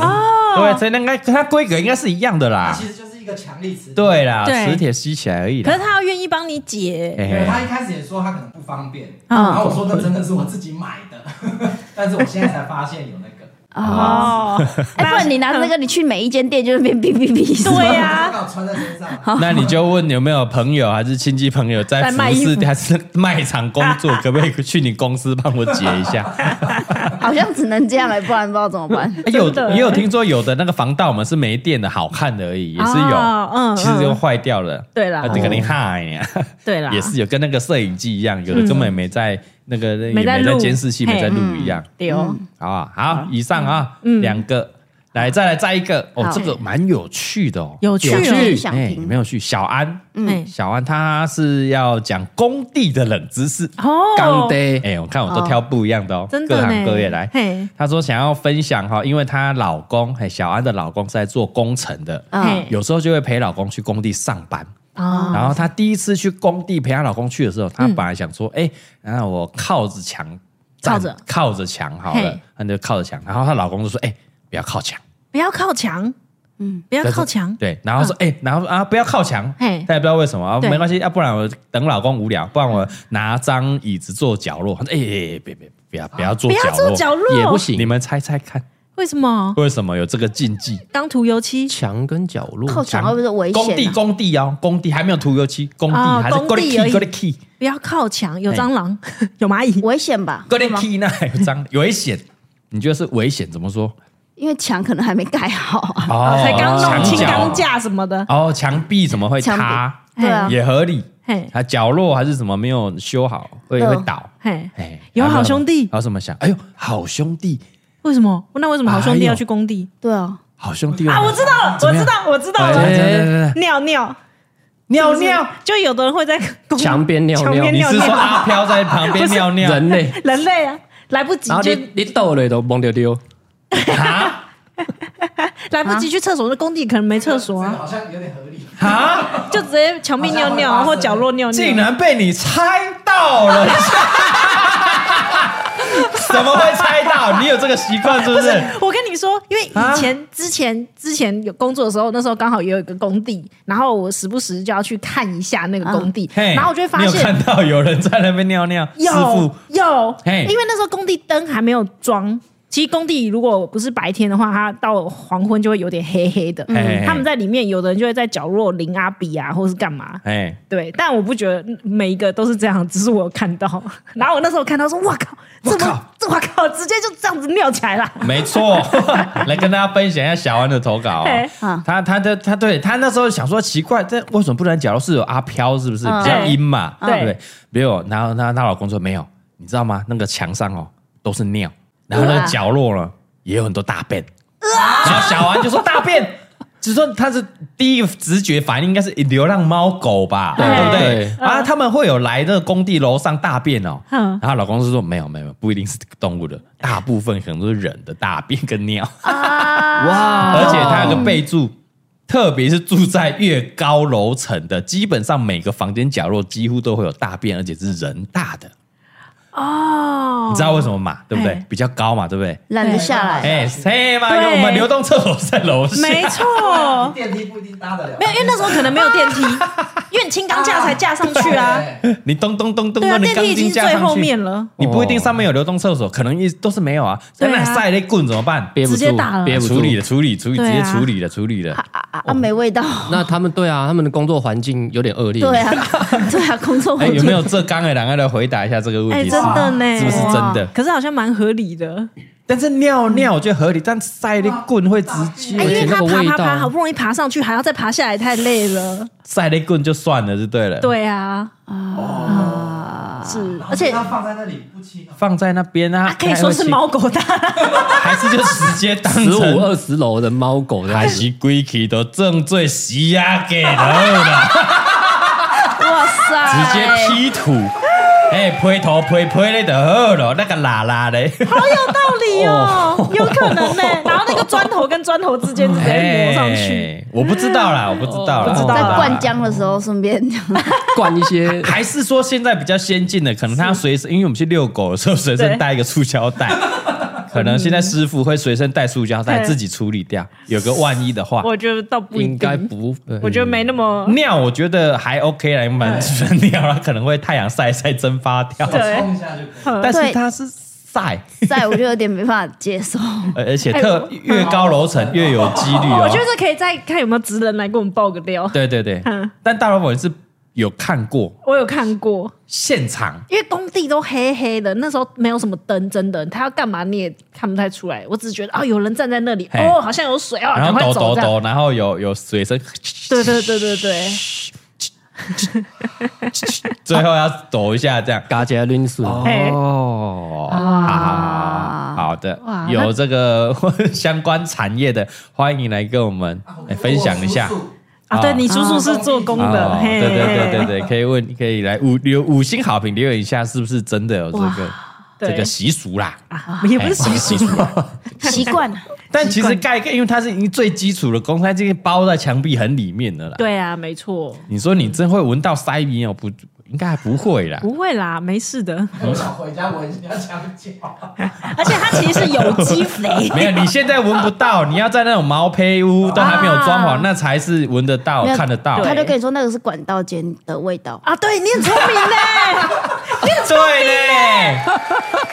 对，所以那应该跟它规格应该是一样的它啦其。实就是一个强力词。，对啦，对磁铁吸起来而已可啦是。他要愿意帮你解，哎因为他一开始也说他可能不方便，嗯然后我说那真的是我自己买的， 但是我现在才发现有那个。哦，哎，不然你拿着那个，你去每一间店就是边逼逼逼。 对呀、我刚好穿在身上，那你就问有没有朋友还是亲戚朋友在在卖服衣饰服还是卖场工 作，可不可以去你公司帮我解一下？啊好像只能这样哎，不然不知道怎么 办。哎有真的也有听说有的那个防盗门是没电的，好看的而 已，也是有哦，嗯其实就坏掉了。对啦哦啊，这个你嗨呀，对啊啦， 也是有跟那个摄影机一样，有的根本没在那个也没没在在录监视器，没嘿在录一样。对哦，嗯好啊，好，以上啊，嗯两个，来再来再一个哦好，这个蛮有趣的哦，有趣哦想哎，听没有趣，小安，嗯，小安他是要讲工地的冷知识。哦，刚得，哎，我看我都挑不一样的哦，真各的行呢，各业来。嘿，她说想要分享哈，因为她老公，哎，小安的老公是在做工程的，嗯嘿，有时候就会陪老公去工地上班。哦，嗯然后她第一次去工地陪她老公去的时候，她本来想说，哎、然后我靠着墙站，靠着靠着墙好了嘿，她就靠着墙。然后她老公就说，哎、不要靠墙，不要靠墙，嗯，不要靠墙，对。然后说，哎、然后啊，不要靠墙，她嘿也不知道为什么，啊、对没关系，要、不然我等老公无聊，不然我拿张椅子坐角落。她说，哎、哎哎别别不要不要坐哦不角要落，坐角落，也不行你们猜猜看，为什么？为什么有这个禁忌？刚涂油漆，墙跟角落，靠墙会不会危险啊？工地工地哦，工地还没有涂油漆，工地、哦还是工地 g o 而 d key 已 g o d key 不要靠墙，有蟑螂， 有蚂蚁，危险吧？ g o d 对吗 key 那还有脏危险？你觉得是危险？怎么说？因为墙可能还没盖好 啊。哦 才刚弄墙清角钢架什么的，哦，墙壁怎么会墙壁塌？对啊，也合理。嘿，啊，角落还是什么没有修好，会对会倒。嘿，哎，有还好兄弟还有什么想？哎呦，好兄弟，为什么？那为什么好兄弟哎呦要去工地对啊，好兄弟哦啊？我知道了，怎我么样知道，我知道来来了，来来来尿尿，尿是不是尿，，就有的人会在工墙边尿墙尿，边你尿是尿说阿飘在旁边尿尿？ 人类，人类啊，来不及然后就你你抖了都懵丢丢，啊？来不及去厕所，那工地可能没厕所这个啊，好像有点合理。啊，就直接墙壁尿尿啊或角落尿竟尿。然被你猜到了！ 怎么会猜到？你有这个习惯是不是？ 我跟你说，因为以啊前、之前之前有工作的时候，那时候刚好也有一个工地，然后我时不时就要去看一下那个工地，啊嘿，然后我就会发你有现看到有人在那边尿 尿，师有傅有，嘿因为那时候工地灯还没有装。其实工地如果不是白天的话，它到黄昏就会有点黑黑的。嘿嘿嘿他们在里面，有的人就会在角落淋阿比啊，或是干嘛。哎，对，但我不觉得每一个都是这样，只是我有看 到。然后我那时候看到说：“哇靠，怎么这我靠，直接就这样子尿起来了。没 错，来跟大家分享一下小安的投稿 嘿哦。他他的他对他那时候想说奇怪，这为什么不能假如是有阿飘是不是嗯比较阴嘛？对对不对，没有。然后她她老公说没有，你知道吗？那个墙上哦都是尿，然后那个哇角落呢也有很多大便。然后小安就说大便。 只是说他是第一个直觉反应应该是流浪猫狗吧，对对不对对？啊，他们会有来那个工地楼上大便哦，嗯然后老公是说没有没有，不一定是动物的，大部分可能都是人的大便跟尿，哦哇而且他有个备注，特别是住在越高楼层的，基本上每个房间角落几乎都会有大便，而且是人大的，”哦，你知道为什么嘛？对不对嘿？比较高嘛，对不对？懒得下来。哎，嘿嘛，对因为我们流动厕所在楼下，没错，电梯不一定搭得了。哦没有，因为那时候可能没有 电梯，因为你轻钢架才架上去啊。对你咚咚咚咚对啊，咚，你电钢梯已经筋是架最后上去面，了。你不一定上面有流动厕所，可能一都是没有啊。对啊那晒那棍怎么办？憋不直接住打了，憋不住处。理了，处理，处理，直对啊接处理了，处理了。啊啊啊！没味道。哦那他们对啊，他们的工作环境有点恶劣。对，啊，对啊，工作哎，环境有没有这刚的两个来回答一下这个问哎，题？真的呢，是不是真的？可是好像蛮合理的，但是尿尿我觉得合理，但塞的棍会直哎，因接且为那个他爬味爬爬，道好不容易爬上去，还要再爬下来，太累了。塞的棍就算了，就对了。，对啊，啊？是，然后而且它放在那里不清哦，放在那边 啊，啊可以说是猫，猫狗大，还是就直接当十五成二十楼的猫狗的，还是鬼气都正罪洗呀给啊了啦，哇塞！直接劈土。哎，劈头劈劈嘞就好了，那个喇喇嘞， 好有道理哦，有可能呢。然后那个砖头跟砖头之间直接磨上去， 哎哦我不知道啦，我不知道啦，不知道在啦灌浆的时候顺便 灌一些还是说现在比较先进的，可能他随身，因为我们去遛狗的时候随身带一个塑胶袋，可能现在师傅会随身带塑胶袋对自己处理掉，有个万一的话。嗯我觉得倒不一应该定，不，我觉得没那么尿我觉得还 OK 啦，因为蛮尿它可能会太阳晒一晒蒸发掉，对冲一下就可以。但是对它是晒，在，我就有点没办法接受。呃而且特越高楼层越有几率哦。哎我觉得这可以再看有没有职人来给我们报个料。对对对嗯，但大老板是有看过我有看过，现场，因为工地都黑黑的，那时候没有什么灯，真的，他要干嘛你也看不太出来。我只觉得哦，有人站在那里，嘿哦，好像有水哦，然后赶快抖走抖这样。抖，然后有有水声，对对对对对，最后要抖一下这样。嘎杰伦斯，哎，哦，好好的，有这个 相关产业的，欢迎来跟我们哎分享一下啊我。叔叔啊，对你叔叔是做工的，哦嘿，对对对对对，可以问，可以来五留五星好评留言一下，是不是真的有这个对这个习俗啦？啊，也不是哎 习习俗俗，习惯了，但其实盖一个，因为它是已经最基础的公司，它这个包在墙壁很里面的啦。对啊，没错，你说你真会闻到塞米哦？不，应该还不会啦。不会啦，没事的。我想回家闻人家墙角，而且它其实是有机肥没有，你现在闻不到，你要在那种毛坯屋都还没有装啊潢，那才是闻得到没、有哦看得到。他就跟你说那个是管道间的味道。 啊，对你很聪明嘞，对呢，对呢，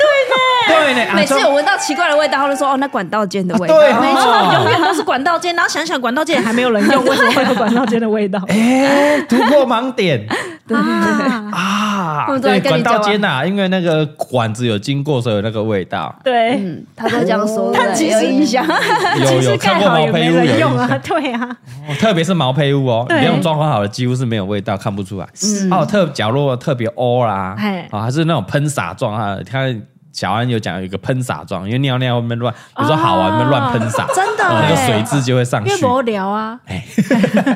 对呢， 啊每次有闻到奇怪的味道，他就说哦，那管道间的味道。对没哦错，永远都是管道间。然后想想管道间还没有人用，为什么会有管道间的味 道？嗯哎，突破盲点啊啊我！们都在对，跟管你讲道间呐，因为那个管子有经过，所以有那个味道。对，嗯，他都这样说，但对其实有印 象。有其有实看盖过好毛也没坯屋有人印用啊，象，对啊，特别是毛坯屋哦，对你用装潢好的几乎是没有味道，看不出来。嗯哦，特角落特别欧啦嘿，啊，还是那种喷洒状啊，它小安有讲有一个喷洒状，因为尿尿会面乱，有时候好玩会哦乱喷洒，哦真的那个欸水渍就会上因去为。无聊啊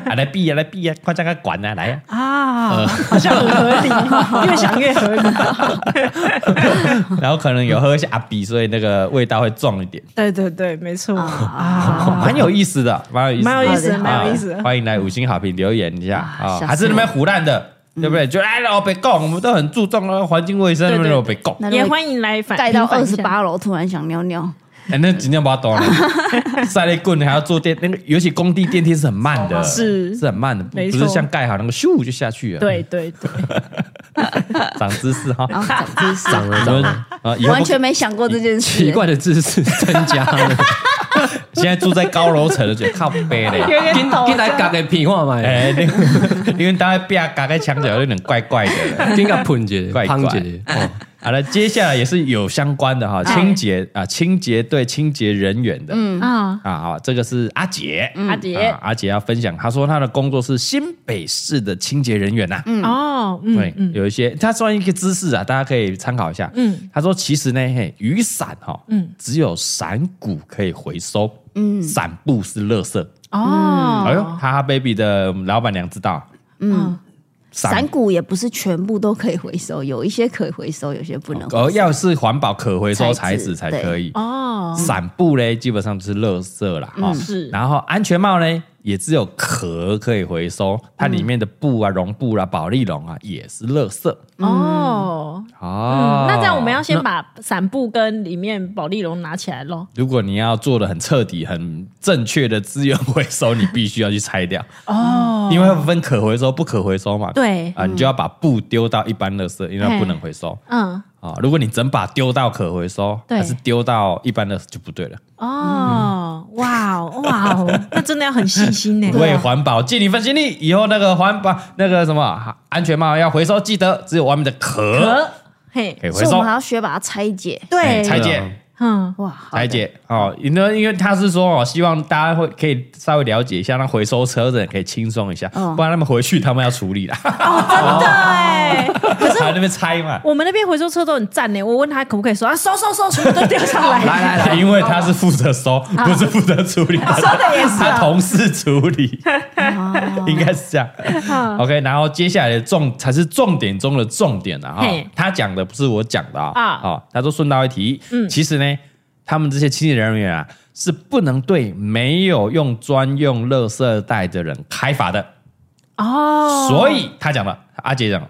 啊，来避啊，来避啊，快叫他管啊，来啊！ 啊，好像很合理， 越想越合理。然后可能有喝一些阿比，所以那个味道会重一点，对对对，没错哦啊，蛮有意思的，蛮有意思的，蛮有意思啊蛮有意思的欢迎来五星好评留言一下啊啊，吓还是死那哦我边胡乱的，对不对？就哎，老北贡，我们都很注重那个环境卫生，嗯对那对边北贡，那如也果欢迎来反盖到批判二一下十八楼，突然想尿尿， 哎，那尽量不要动了， 塞了棍还要坐电，那个尤其工地电梯是很慢的，哦是是很慢的，不没不错是像盖好那个咻就下去了，，对哦对对，长知识哈。然后长知识，长了我长们了，啊，以后完不全没想过这件事。奇怪的知识增加了，现在住在高楼层的，就靠背嘞。 有点跟抖跟来讲个屁话嘛，哎， 那个因为大家啪嘎在墙角有点怪怪 的。跟个喷姐、怪怪胖姐，哦，好了，接下来也是有相关的哈，清洁啊，清洁对清洁人员的，嗯啊，啊，好，这个是阿杰，嗯阿杰啊，阿杰要分享，他说他的工作是新北市的清洁人员呐，啊哦，嗯对，有一些他算一个知识啊，大家可以参考一下，嗯他说其实呢，嘿，雨伞哈，嗯只有伞骨可以回收，嗯，伞布是垃圾，哦，哎呦，哈哈 baby 的老板娘知道，嗯，散骨也不是全部都可以回收，有一些可以回收，有些不能哦，回收。要是环保可回收材材质质才可以。哦，嗯伞布嘞，基本上就是垃圾啦，哈、是然后安全帽呢，也只有壳可以回收，它嗯里面的布啊、绒布啊、保丽龙啊，也是垃圾。哦，哦、那这样我们要先把伞布跟里面保丽龙拿起来喽。如果你要做的很彻底、很正确的资源回收，你必须要去拆掉，哦，因为会分可回收、不可回收嘛。对啊、你就要把布丢到一般垃圾，因为它不能回收嗯，啊、如果你整把丢到可回收，对还是丢到一般垃圾就不对了。哦，嗯哇哦哇 哦，那真的要很细心呢。为环保尽你份心力，以后那个环保那个什么安全帽要回收，记得只有外面的壳可嘿可，以回所以我收们还。要学把它拆解。哎对，拆对啊解，嗯，哇，好拆解哦，因为因为他是说哦，希望大家会可以稍微了解一下，让回收车的人可以轻松一下，哦不然他们回去他们要处理啦，哦对。 还在那边拆嘛。我们那边回收车都很赞呢，我问他可不可以收，他收收收，全部都丢上来。来来来， 因为他是负责收，不是负责处理，他说的也啊是啊哦他同事处理，应该是这 样。OK，然后接下来的重才是重点中的重点了哈嘿。他讲的不是我讲的啊，啊嗯哦，他说顺道一提，其实呢，他们这些清洁人员啊，是不能对没有用专用垃圾袋的人开罚的。哦，所以他讲了，阿杰讲了，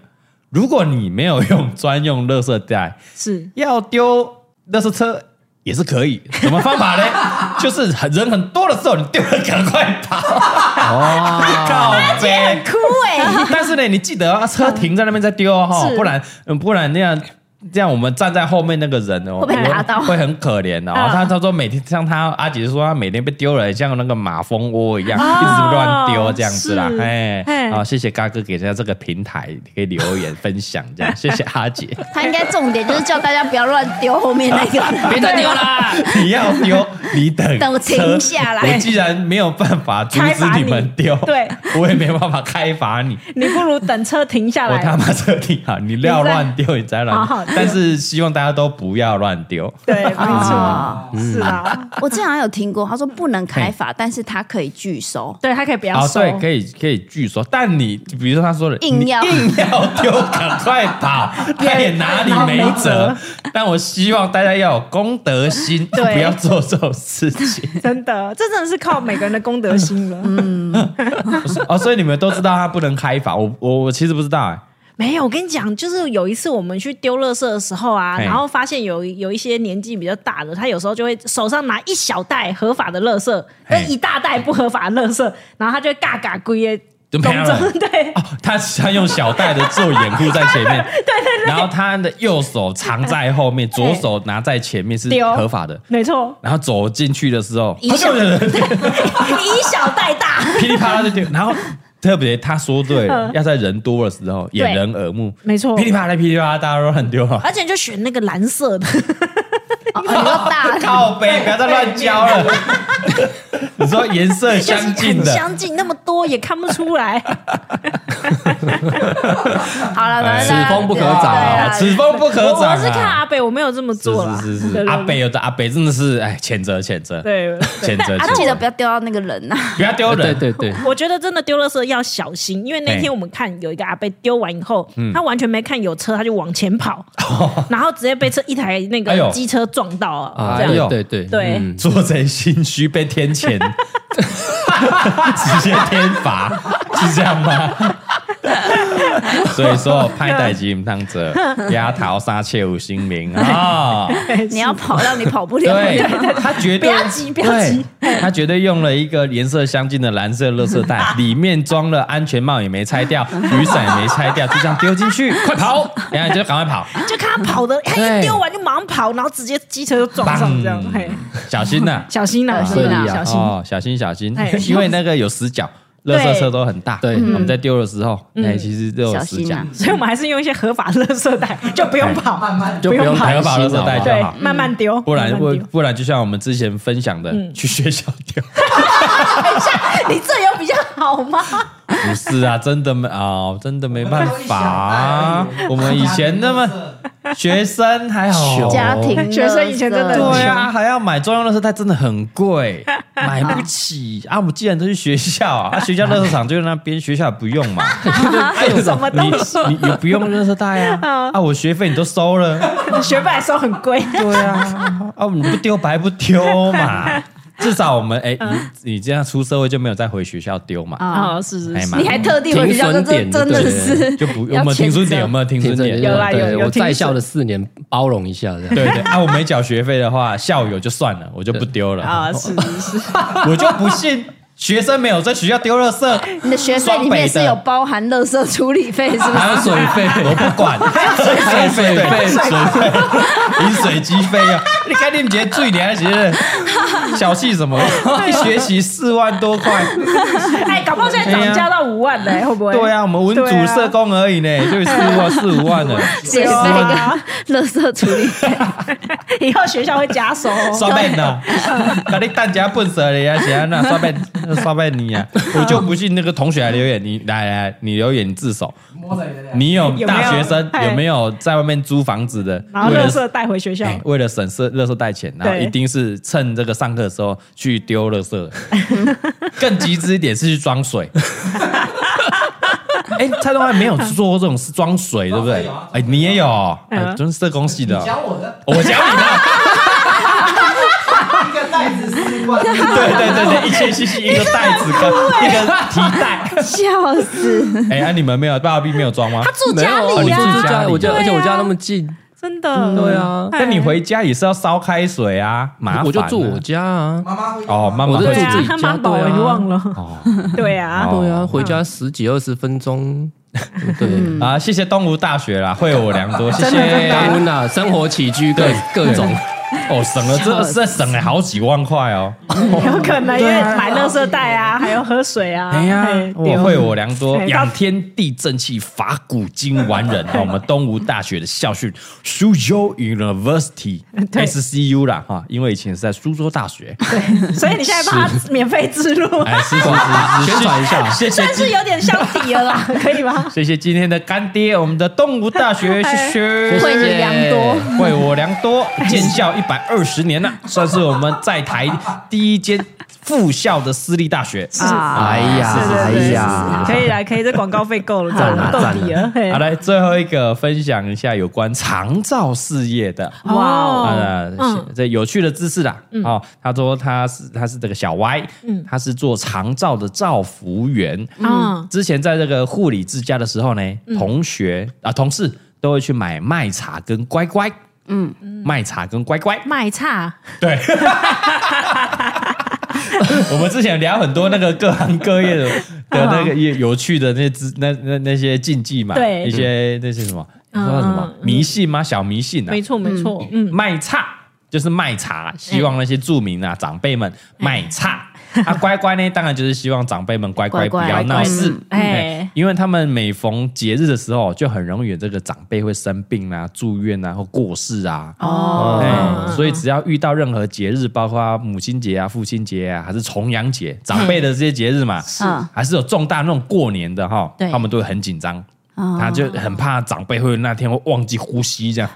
如果你没有用专用垃圾袋，是要丢垃圾车也是可以，什么方 法呢？就是很人很多的时候，你丢了赶快跑， 靠背。哭哎，但是呢，你记得啊，车停在那边再丢哦，哈是不然嗯不然那样。这样我们站在后面那个人哦，会被打到会会很可怜的、哦。嗯他他说每天像他阿姐说，他每天被丢了，像那个马蜂窝一样，哦一直乱丢这样子啦。是哎，嘿好、谢谢嘎哥给大家这个平台，可以留言分享这样，谢谢阿姐。他应该重点就是叫大家不要乱丢后面那个，别再丢啦！ 你要丢，你等等我停下来车我既然没有办法阻开止罚你们丢，你对，我也没办法开罚你。 你不如等车停下我他来。妈车停好，你不要乱丢，你再乱好好丢。但是希望大家都不要乱丢。对，没 错，啊嗯是啊，我之前好像有听过，他说不能开罚，但是他可以拒收。对他可以不要哦，收，对，可以可以拒收，但你比如说他说的，硬要你硬要丢，赶快跑，他也拿你没辙。但我希望大家要有公德心，对不要做这种事情。 真的，这真的是靠每个人的公德心嗯了。哦，所以你们都知道他不能开罚，我我我其实不知道哎、没有，我跟你讲，就是有一次我们去丢垃圾的时候啊，嘿然后发现有有一些年纪比较大的，他有时候就会手上拿一小袋合法的垃圾，跟一大袋不合法的垃圾，然后他就会嘎嘎归耶，就没了中 对哦，他他用小袋的做掩护在前面，对对对，然后他的右手藏在后面，左手拿在前面是丢合法的，没错， 然后走进去的时候，一他就以小带大，噼里啪啦就丢，然后特别他说对了，要在人多的时候掩对人耳目，没错噼里啪啦噼里啪啦，大家都乱丢了。而且就选那个蓝色的，哦，你说大的靠背，不要再乱交了。你说颜色就是 相近很的， 啊相近，那么多也看不出来，好了，反正大家此风不可长对啊，啦此风不可我长啊！我是看阿北，我没有这么做啦。是是是对是，阿北有的阿北真的是，哎，谴责谴责，对，谴责，啊，谴责记得不要丢到那个人呐、不要丢对人，对对，我觉得真的丢垃圾要小心，因为那嘿嗯天我们看有一个阿贝丢完以后，他完全没看有车，他就往前 跑，然后直接被车一台那哎呦个机车撞到啊，啊这哎样呦对对对 嗯做贼心虚被天谴， 直接天罚，是这样吗？ 所以说拍歹金当者，压桃杀切无心明 啊！你要跑让你跑不了。对，他绝对不要急不要急对他绝对用了一个颜色相近的蓝色垃圾 袋，里面装了安全帽也没拆掉，雨伞也没拆掉，就这样丢进去，快跑！然后就赶快跑，就看他跑的，他对一丢完就马上跑，然后直接机车就撞上，这样，嘿，小心呐！小心呐，小小心心啊呐，小心。哎哦，小心小心 哎，因为那个有死角，垃对圾车都很大。嗯对我们在丢的时候，哎，其实都有小死心角啊。！所以我们还是用一些合法垃圾袋，就不用跑，慢慢就不用不用担跑心有把垃圾袋好不好就对哎好，慢慢丢，不然慢不慢丢不然，就像我们之前分享的，去学校丢。 你这有比较好吗？不是啊，真的没啊、真的没办法、啊我我们们以一小袋而已前那 么学生还好，家庭的学生以前真的很对啊，还要买专用垃圾袋，真的很贵， 买不起啊！我们既然都去学校啊， 啊学校垃圾场就在那边，学校也不 用嘛，还有什么东西？你你不用垃圾袋 啊？啊，我学费你都收了， 学费来说很贵，对啊，啊，你不丢白不丢 嘛。至少我们哎、你你这样出社会就没有再回学校丢嘛，啊，哦是哎是妈你还特地回学校，这真的是就不要我们停损点谴责有没有停损听点？着有啦有对有我听在着校的四年包容一下这样。对对，啊，我没缴学费的话，校友就算了，我就不丢 了，啊，是是是，我就不信学生没有在学校丢垃圾，你的学费里面是有包含垃圾处理费，是不是？ 还有水费，我不 管，还有水费，水费，饮水机费啊，你看你们节最你还觉得小气什么？啊一学期四万多块，哎，搞不好现在涨价到五万呢，会不会？对啊，我们文对组啊社工而已呢，就四万四五万啊了，学费啊跟垃圾处理费， 以后学校会加收哦。 刷面呐，把你蛋夹笨死了呀！谁安娜刷面刷面你啊！我就不信那个同学来留言，你来来，你留言你自首，摸着你的脸，你有有没有大学生嘿有没有在外面租房子的？然后为了垃圾带回学校，哎为了省色垃圾袋钱，然后对一定是趁这个上课的时候去丢垃圾。 更极致一点是去装水。 哎，蔡东汉没有做这种事，装水对不对装水有啊？哎，你也有哦，嗯哎真是社工系的你哦，讲 我的我教你啊的。一个袋子 四罐，对对对对，一千 CC 一个袋子跟一个提袋。笑死！哎，啊，你们没有爸爸币没有装吗？住家哦里你啊住家家，里我家，对啊而且我家那么近，真的，哎对啊，那你回家也是要烧开水啊，麻烦啊。我就住我家啊。妈妈会哦，妈妈我就会住对啊，自己他家妈宝对啊你忘了？哦 对啊，哦对啊，回家十几二十分钟，对，嗯啊，谢谢东吴大学啦，惠我良多，谢谢。感恩啊，生活起居各各种，哦，省了这这省了好几万块哦。有可能因为买垃圾袋啊，还有喝水啊，哎呀嘿，我对惠我良多，哎仰天地正气，法古今完人啊！我们东吴大学的校训，Suzhou University 对 SCU 啦哈，因为以前是在苏州大 学。 所以你现在帮他免费自录，哎，是是是，是宣传一下谢谢 算是有点相抵了啦， 可以吗？谢谢今天的干爹，我们的东吴大 学，谢哎谢，惠你良多，惠我良多，建校一百二十年了，算是我们在台第一间附校的私立大学。啊，哎呀，哎呀，可以啦，可以，这广告费够了，够赞啊了，够赞啊底了，嘿好，来最后一个分享一下有关长照事业的。哇哦，嗯呃，这有趣的知识啦，哦，他说他是他是这个小 Y，他是做长照的照服员，嗯，之前在这个护理之家的时候呢，同学啊、同事都会去买麦茶跟乖乖。嗯，麦茶跟乖乖，卖差，对。 我们之前聊很多那个各行各业的的那个也有趣的那只那那那些禁忌嘛，对一些那些什么，你说什么迷信吗？小迷信啊，没错没错，嗯，卖茶就是卖茶，希望那些著名啊、长辈们卖茶。啊，乖乖呢，当然就是希望长辈们乖乖不乖要闹事嗯。哎哎，对，因为他们每逢节日的时候，就很容易有这个长辈会生病啊、住院啊或过世啊。哦哎，所以只要遇到任何节日，包括母亲节啊、父亲节啊，还是重阳节，长辈的这些节日嘛，嗯还是有重大那种过年的哈，对他们都会很紧张，哦他就很怕长辈会那天会忘记呼吸这样。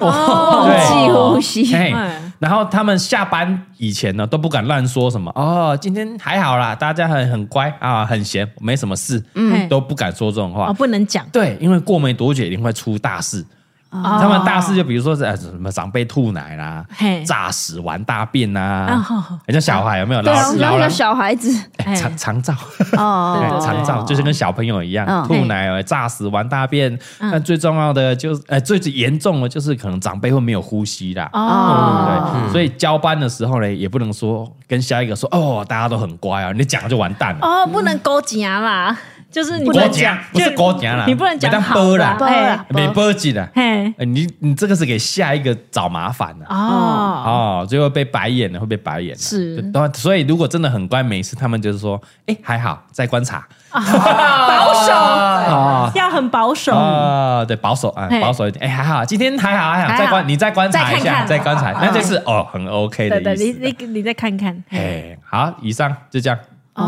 哦忘记呼吸，哎然后他们下班以前呢，都不敢乱说什么哦，今天还好啦，大家很很乖啊，很闲，没什么事，嗯都不敢说这种话。哦，不能讲，对，因为过没多久一定会出大事。他他们大事就比如说是呃什么长辈吐奶啦、嘿炸屎玩大便呐哦，很像小孩有没有？对老，啊然老后人有小孩子，哎哎长长照，哦哎，长照就是跟小朋友一嗯样，吐奶、哎炸屎玩大便。嗯但最重要的就是，哎，最严重的就是可能长辈会没有呼吸啦。哦，嗯对，所以交班的时候呢，也不能说跟下一个说哦，大家都很乖啊，你讲了就完蛋了。哦，不能勾夹啦，就是你不不能能讲讲，不是勾夹啦你不能每讲当好波的啦波啦哎没波及的，嘿，哎你你这个是给下一个找麻烦的啊哦，哦，最后被白眼了，会被白眼了。是对，当然所以如果真的很乖，每次他们就是说，哎，还好，再观察保守啊要很保守，啊，对，保守啊，嘿保守一点，哎，还好，今天还好，还还好，好再观你再观察一再下，看看再观察，那就是哦，很 OK 对的对，意思。你你你再看看，哎，好，以上就这样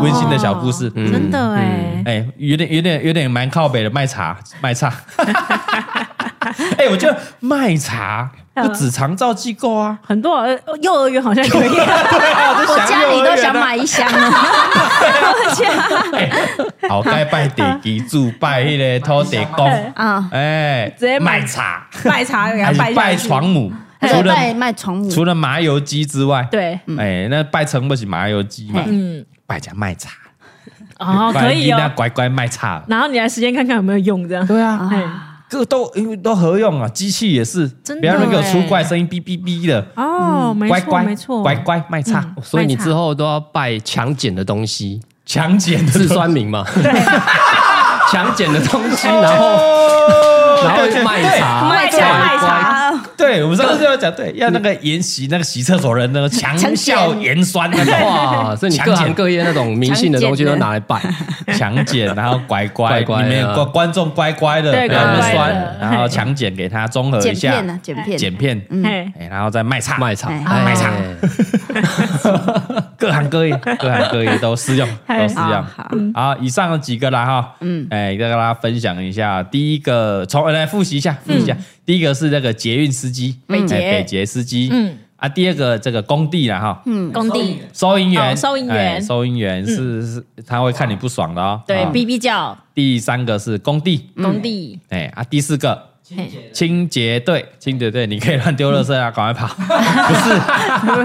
温馨的小故事，嗯。真的哎，哎、有点、有点、有点蛮靠北的卖茶卖茶。哎、我觉得卖茶不止长照机构啊，很多呃幼儿园好像可以，我家里都想买 一箱啊，好该拜地基主拜迄个土地公， 啊，哎、直接买卖茶，拜茶给还他是拜拜下去床母，还除有了卖卖床除褥，了麻油鸡之外，对，哎、那拜成不是麻油鸡嘛，嗯，拜家卖茶，哦，可以那哦。乖乖卖茶，然后你来实践看看有没有用，这样。对啊。嘿这都因为都合用啊，机器也是，真的不要那个哎出怪声音，哔哔哔的，哦，没嗯乖错乖，没错，嗯乖乖卖差，所以你卖茶之后都要拜强碱的东西，强碱的自酸民嘛，强碱的东西，然后后然后卖茶，卖茶卖茶，对我们上次就要讲，对，要那个研习那个洗厕所人那个强强碱效盐酸那乖乖种哇，所以你各行各业那种迷信的东西都拿来拜，强碱，然后乖乖，乖乖你们有啊观观众乖乖的，对不要那么乖乖的酸，然后强碱给它综合一剪下片，呢，剪片，嗯剪片，嘿，哎，然后再卖茶，卖茶，哎哎卖茶 各行各业，各行各业都适用，都适用。好好，以上有几个啦哈，嗯，哎，再跟大家分享一下。第一个，从呃来复习一下，复习一下。第一个是那个捷运司机，嗯北捷哎北捷司机，嗯嗯啊，第二个这个工地啦哈，工地收银员，哦收银员嗯哎收银员是是他会看你不爽的哦。对啊哔哔叫第三个是工地，工地，哎啊，第四个清洁的清洁队，清洁队，你可以乱丢垃圾啊，赶快 跑！不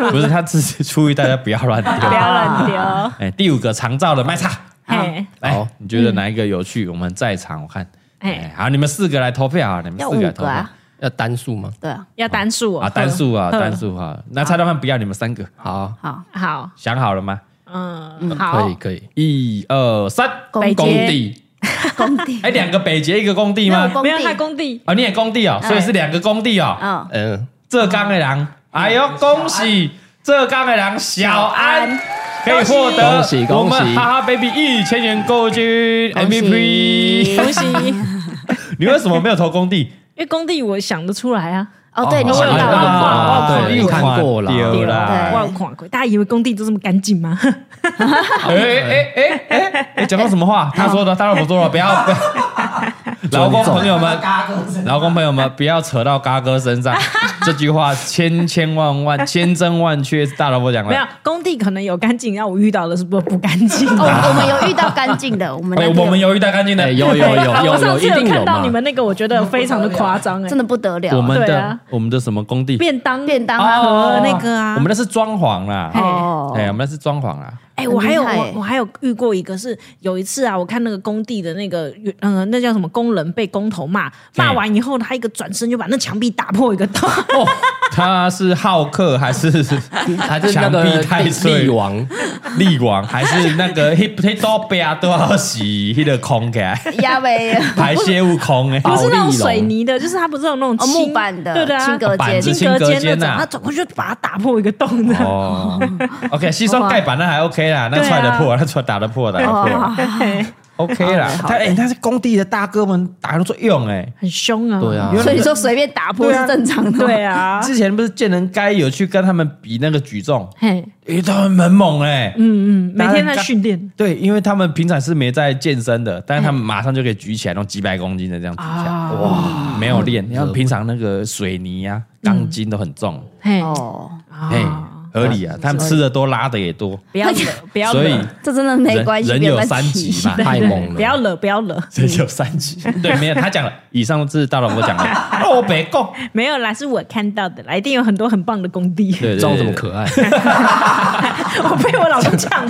是，不是，他只是呼吁大家不要乱丢不。要乱丢，哎，第五个长照的卖茶。嘿，来，你觉得哪一个有趣？我们在场我看。哎哎，好，你们四个来投票啊！你们要四个来五投个票啊，要单数吗？对啊，要单数哦啊，单数啊，呵单数啊。那蔡老板不要你们三个，好，好，好，想好了吗？嗯，可好以，可以，一二三，工地工地。工地，哎，两个北捷，一个工地吗？没有他工地，啊，你也工地哦，所以是两个工地哦。嗯，嗯，浙江的人，哎呦，恭喜浙江的人小安。可以获得恭喜恭喜我们哈哈 baby 一千元购物金恭喜 MVP，恭喜！ 因你为什么没有投工地？为工地我想得出来啊，哎哦，对，你想我有到看了，过啊对你看过啦丢啦对我有看过，大家以为工地都这么干 净吗？哎哎哎哎哎，讲到什么话？他说的，他老婆说了，不要，不 要老公朋友们，嘎哥真的老公朋友们，不要扯到嘎哥身 上。这句话千千万万、千真万确，是大老婆讲没有的。，工地可能有干净，然后我遇到的是不不干净。哦，啊我们有遇到干净的，我们哎，那天我们有遇到干净哎，的，有有有啊我有上有，次一有定看有到嘛你，们那个，我觉得非常的夸张哎真，的不得了我啊，们 对的啊我们的什么工地？便当便当啊，哦和那个啊我们那是装潢啦。嘿哦，哎，我们那是装潢啦。哎、我还有很厉害欸我我还有遇过一个是有一次啊，我看那个工地的那个嗯、呃那叫什么工人被工头骂，骂完以后他一个转身就把那墙壁打破一个 洞，哦，他是好客还是还是那个墙壁太脆力力王， 力王，还是 那个 hip hip 多贝啊都要洗，那个空起来，压呗， 排泄物空哎。 不是保那种利龙水泥的，就是它不是有那种哦，轻木板的，对的啊轻隔板间子的，轻隔轻隔间间那啊种，他转过去就把它打破一个洞的。啊 哦，OK，西装盖板那还 OK 啦，那对啊踹得破，那踹打得破，打得破。哦， OK 啦好的，好他的哎，他是工地的大哥们打都作用哎。很凶啊，对啊因为 所以说随便打破是正常的。对啊，之前不是见人该有去跟他们比那个举重，嘿，因为他们很猛哎。嗯嗯，每大家天在刚训练对，因为他们平常是没在健身的，但是他们马上就可以举起来，那种几百公斤的这样举起来。嗯啊，哇，没有练，你看平常那个水泥呀、钢筋都很重，嘿，哦，哎嘿啊，合理啊。他们吃的多，拉的也多，不要惹，不要所以惹，这真的没人关系，人不要有再三提级嘛，太猛了，不要惹，不要惹，人有三级。 对，没有他讲了，以上是大老婆讲的， 那我别供。没有啦，是我看到的啦，一定有很多很棒的工地。对对，装什么可？可爱？ 我被我老公呛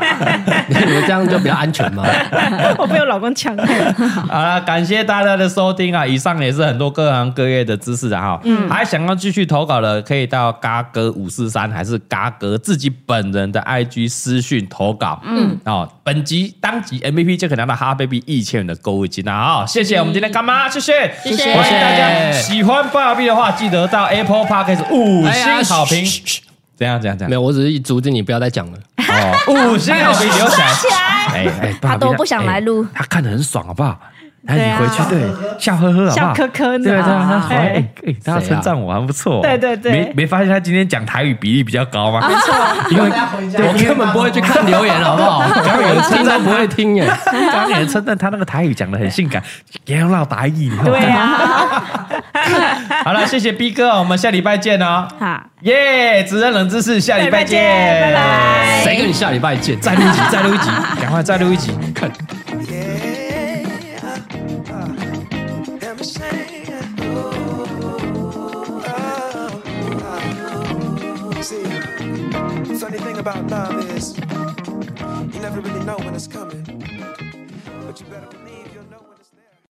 哎、 你们这样就比较安全嘛。 我被我老公呛、欸。好了，感谢大家的收听啊！以上也是很多各行各业的知识啊哈。嗯，还想要继续投稿的，可以到嘎哥五四三，还是嘎哥自己本人的 IG 私讯投稿。嗯，哦，本集当集 MVP 就可以拿到哈 baby 一千元的购物金啊！哦，谢谢我们今天干妈，谢谢，谢谢欢迎大家谢谢喜欢芭比的话，记得到 Apple Podcast 五星好评。怎样怎样怎没样？有，我只是阻止你不要再讲了。哦，五星好评留起来。哎哎， 他都爸比不想来录哎他看得很爽，好不好？哎，对你啊回去对笑呵呵，好不笑好？科科呢对对，他好像哎哎，哎他谁啊称赞我还不错哦。对对对没没发现他今天讲台语比例比较高吗？没错， 因为大家回家，我根本不会去看留言，好不 好？刚有人听都不会听耶。刚才称赞他那个台语讲的很性感，也要绕打语。对，啊，好了，谢谢 B 哥哦，我们下礼拜见哦。好，耶，只认冷知识，下礼拜见，拜拜谁跟你下礼拜见？再录一集，再录一集，赶快再录一集。看。 Yeah, uh, let me say, ooh, oh, oh. See, funny thing about love is you never really know when it's coming, but you better.